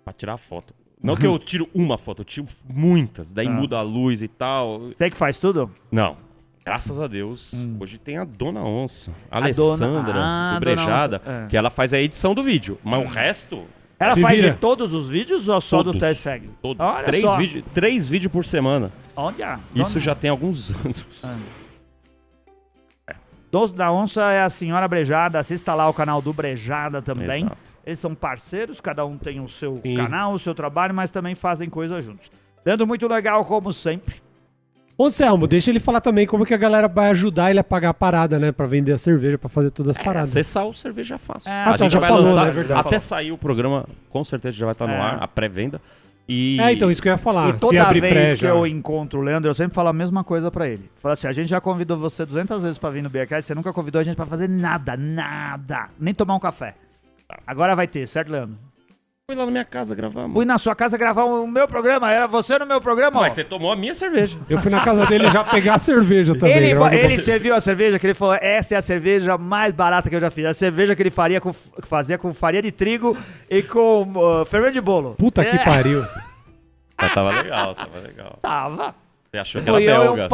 S4: pra tirar a foto. Não que eu tiro uma foto, eu tiro muitas. Daí
S2: Ah.
S1: Tá.
S4: muda a luz e tal.
S1: Você que faz tudo?
S4: Não. Graças a Deus, hoje tem a Dona Onça, a
S1: Hum. A dona-
S4: Alessandra,
S1: Ah, a Dona
S4: do Brejada,
S1: Onça, é. Ah.
S4: que ela faz a edição do vídeo. Mas o resto,
S1: Ela
S2: Se
S1: faz
S2: vira.
S1: de todos os vídeos ou só do
S4: Todos.
S1: Test Segue?
S4: todos.
S1: Olha
S4: três,
S1: só.
S4: vídeo- três vídeos por semana.
S1: Olha.
S4: Isso já tem alguns anos.
S1: É. Doce da Onça é a Senhora Brejada. Assista lá o canal do Brejada também.
S4: Exato.
S1: Eles são parceiros, cada um tem o seu
S2: Sim.
S1: canal, o seu trabalho, mas também fazem coisas juntos. Leandro, muito legal, como sempre.
S4: é?
S2: Ô, Selmo, deixa ele falar também como que a galera vai ajudar ele a pagar a parada, né? Pra vender a cerveja, pra fazer todas as
S4: É,
S2: paradas.
S4: Acessar o Cerveja Fácil.
S1: É,
S4: a
S1: tá,
S4: gente
S2: já
S4: vai
S2: falou, né? É
S4: lançar,
S2: verdade.
S4: até sair o programa, com certeza já vai estar
S1: É.
S4: no ar, a pré-venda. E...
S2: É, então, isso que eu ia falar.
S1: e
S2: se
S1: toda
S2: abrir né?
S1: vez
S2: pré,
S1: que
S2: já.
S1: eu encontro o Leandro, eu sempre falo a mesma coisa pra ele. Fala assim, a gente já convidou você 200 vezes pra vir no Beercast, você nunca convidou a gente pra fazer nada, nada. Nem tomar um café. Agora vai ter, certo, Leandro?
S4: Fui lá na minha casa gravar, mano.
S1: Fui na sua casa gravar o meu programa, era você no meu programa, ó.
S4: Hum. Mas você tomou a minha cerveja.
S2: Eu fui na casa dele já pegar a cerveja também. né?
S1: Ele,
S2: graças a
S1: ele
S2: Deus.
S1: serviu a cerveja que ele falou: essa é a cerveja mais barata que eu já fiz. A cerveja que ele faria com, que fazia com farinha uh, de trigo e com ah, fermento de bolo.
S2: Puta
S1: é,
S2: que pariu.
S4: Mas tava legal, tava legal.
S1: Tava.
S4: Você achou que era
S1: Foi eu e
S4: belga.
S1: um
S4: você achou era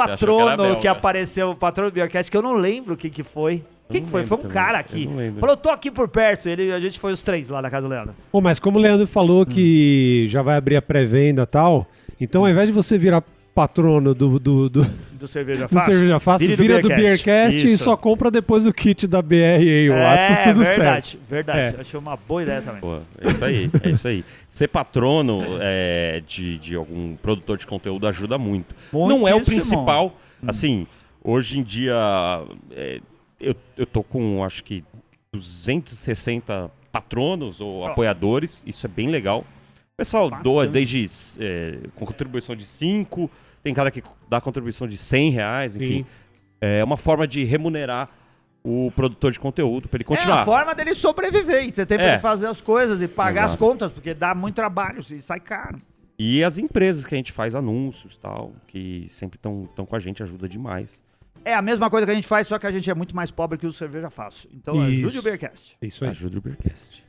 S1: patrono que,
S4: belga.
S1: apareceu, o patrono do Biorcast, que eu não lembro o que, que foi. O que,
S4: não
S1: que foi?
S4: lembro
S1: Foi um
S4: também,
S1: cara
S4: eu
S1: aqui.
S4: não lembro.
S1: Falou, tô aqui por perto. Ele, a gente foi os três lá na casa do Leandro.
S2: Pô, mas como o Leandro falou que já vai abrir a pré-venda e tal, então ao invés de você virar patrono do, do, do, do
S1: Do Cerveja Fácil.
S2: Cerveja Fácil,
S1: Vire
S2: vira do Beercast e
S1: Isso.
S2: só compra depois o kit da BR aí, lá, tá
S1: É,
S2: tudo
S1: verdade,
S2: certo. É.
S1: verdade. Achei uma boa ideia também.
S4: Boa, é isso aí, é isso aí. Ser patrono é, de, de algum produtor de conteúdo ajuda muito. Não é o
S1: Muitíssimo. Hum.
S4: principal. Assim, hoje em dia, é, eu, eu tô com acho que 260 patronos ou apoiadores, isso é bem legal. O pessoal
S1: Bastante.
S4: doa desde é, com contribuição de 5, tem cara que dá contribuição de 100 reais,
S2: Sim.
S4: enfim. É uma forma de remunerar o produtor de conteúdo para ele
S1: É
S4: continuar.
S1: a forma dele sobreviver. Você tem pra
S4: É.
S1: ele fazer as coisas e pagar as
S4: Exato.
S1: contas, porque dá muito trabalho e sai caro.
S4: E as empresas que a gente faz anúncios tal, que sempre estão tão com a gente, ajuda demais.
S1: É a mesma coisa que a gente faz, só que a gente é muito mais pobre que o Cerveja Fácil. Então
S2: Isso.
S1: ajude o Beercast.
S2: Isso aí.
S4: Ajuda o Beercast.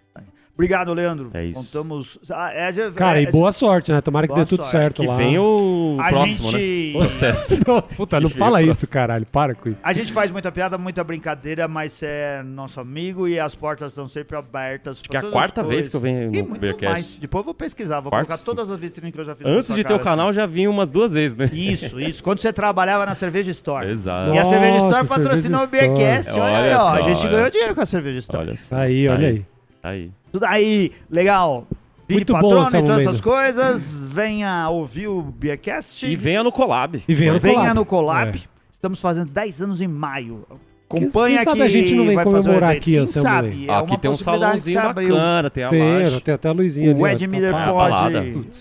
S1: Obrigado, Leandro.
S4: É isso.
S1: Contamos. Ah, é, é-
S2: Cara,
S1: é-
S2: e boa sorte, né? Tomara que
S1: Boa
S2: dê tudo
S1: sorte.
S2: certo
S4: Que
S2: lá.
S4: vem o
S1: A
S4: próximo,
S1: gente-
S4: né? Processo.
S2: Puta, não
S4: Que
S2: fala
S4: vem o
S2: isso, caralho. Para com isso.
S1: A gente faz muita piada, muita brincadeira, mas você é nosso amigo e as portas estão sempre abertas. Acho
S4: que é a quarta vez que eu venho
S1: E
S4: no
S1: muito
S4: Beercast.
S1: mais. Depois eu vou pesquisar, vou
S4: Quarta,
S1: colocar
S4: sim.
S1: todas as vitrines que eu já fiz. na
S4: Antes
S1: sua
S4: de ter o
S1: cara,
S4: canal,
S1: assim.
S4: já vinha umas duas vezes, né?
S1: Isso, isso. Quando você trabalhava na Cerveja Store.
S4: Exato.
S1: E a Cerveja Store
S2: Nossa,
S1: patrocinou o
S2: Cerveja Store.
S1: Beercast. Olha,
S4: Olha
S1: aí, ó. A
S4: só,
S1: gente
S4: olha.
S1: ganhou dinheiro com a Cerveja Store.
S4: Olha só.
S2: Aí,
S4: Tá
S2: olha aí.
S4: Tá aí.
S1: Tudo aí, legal. Vire
S2: Muito bom
S1: patrono
S2: essa
S1: e todas
S2: momento.
S1: essas coisas. Venha ouvir o Beercast.
S4: E venha no Collab.
S2: E venha no
S1: Venha
S2: collab.
S1: no Collab.
S2: É.
S1: Estamos fazendo 10 anos em maio.
S2: Quem-
S1: Acompanha
S2: quem sabe
S1: que
S2: a gente não vem
S1: vai fazer o
S2: comemorar
S1: evento.
S2: aqui,
S1: Quem
S2: Anselmo,
S1: sabe?
S2: aí.
S1: É uma
S4: Aqui tem um
S1: possibilidade que se
S4: salãozinho
S1: abriu.
S4: bacana, tem a
S2: Tem,
S4: laje.
S2: tem até a luzinha ali.
S1: O
S2: ó,
S1: Ed
S2: tá
S1: Miller
S4: Ah, balada.
S1: pode,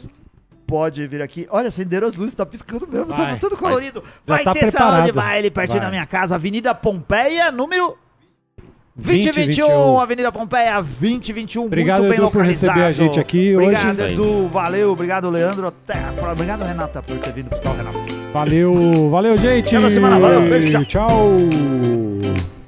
S1: pode vir aqui. Olha, acenderam as luzes, tá piscando mesmo,
S2: Vai.
S1: tava tudo colorido.
S2: já
S1: Vai
S2: tá
S1: ter salão de
S2: preparado.
S1: baile pertinho
S2: Vai.
S1: da minha casa, Avenida Pompeia, número
S2: 20,
S1: 2021,
S2: 21.
S1: Avenida Pompeia 2021,
S2: Obrigado,
S1: muito bem
S2: Edu, por
S1: localizado.
S2: receber a gente aqui
S1: Obrigado,
S4: hoje.
S1: Edu, valeu, obrigado, Leandro. Até a próxima. Obrigado, Renata, por ter vindo buscar o Renato.
S2: Valeu, valeu, gente.
S1: Até a semana, valeu, beijo, tchau.
S2: tchau.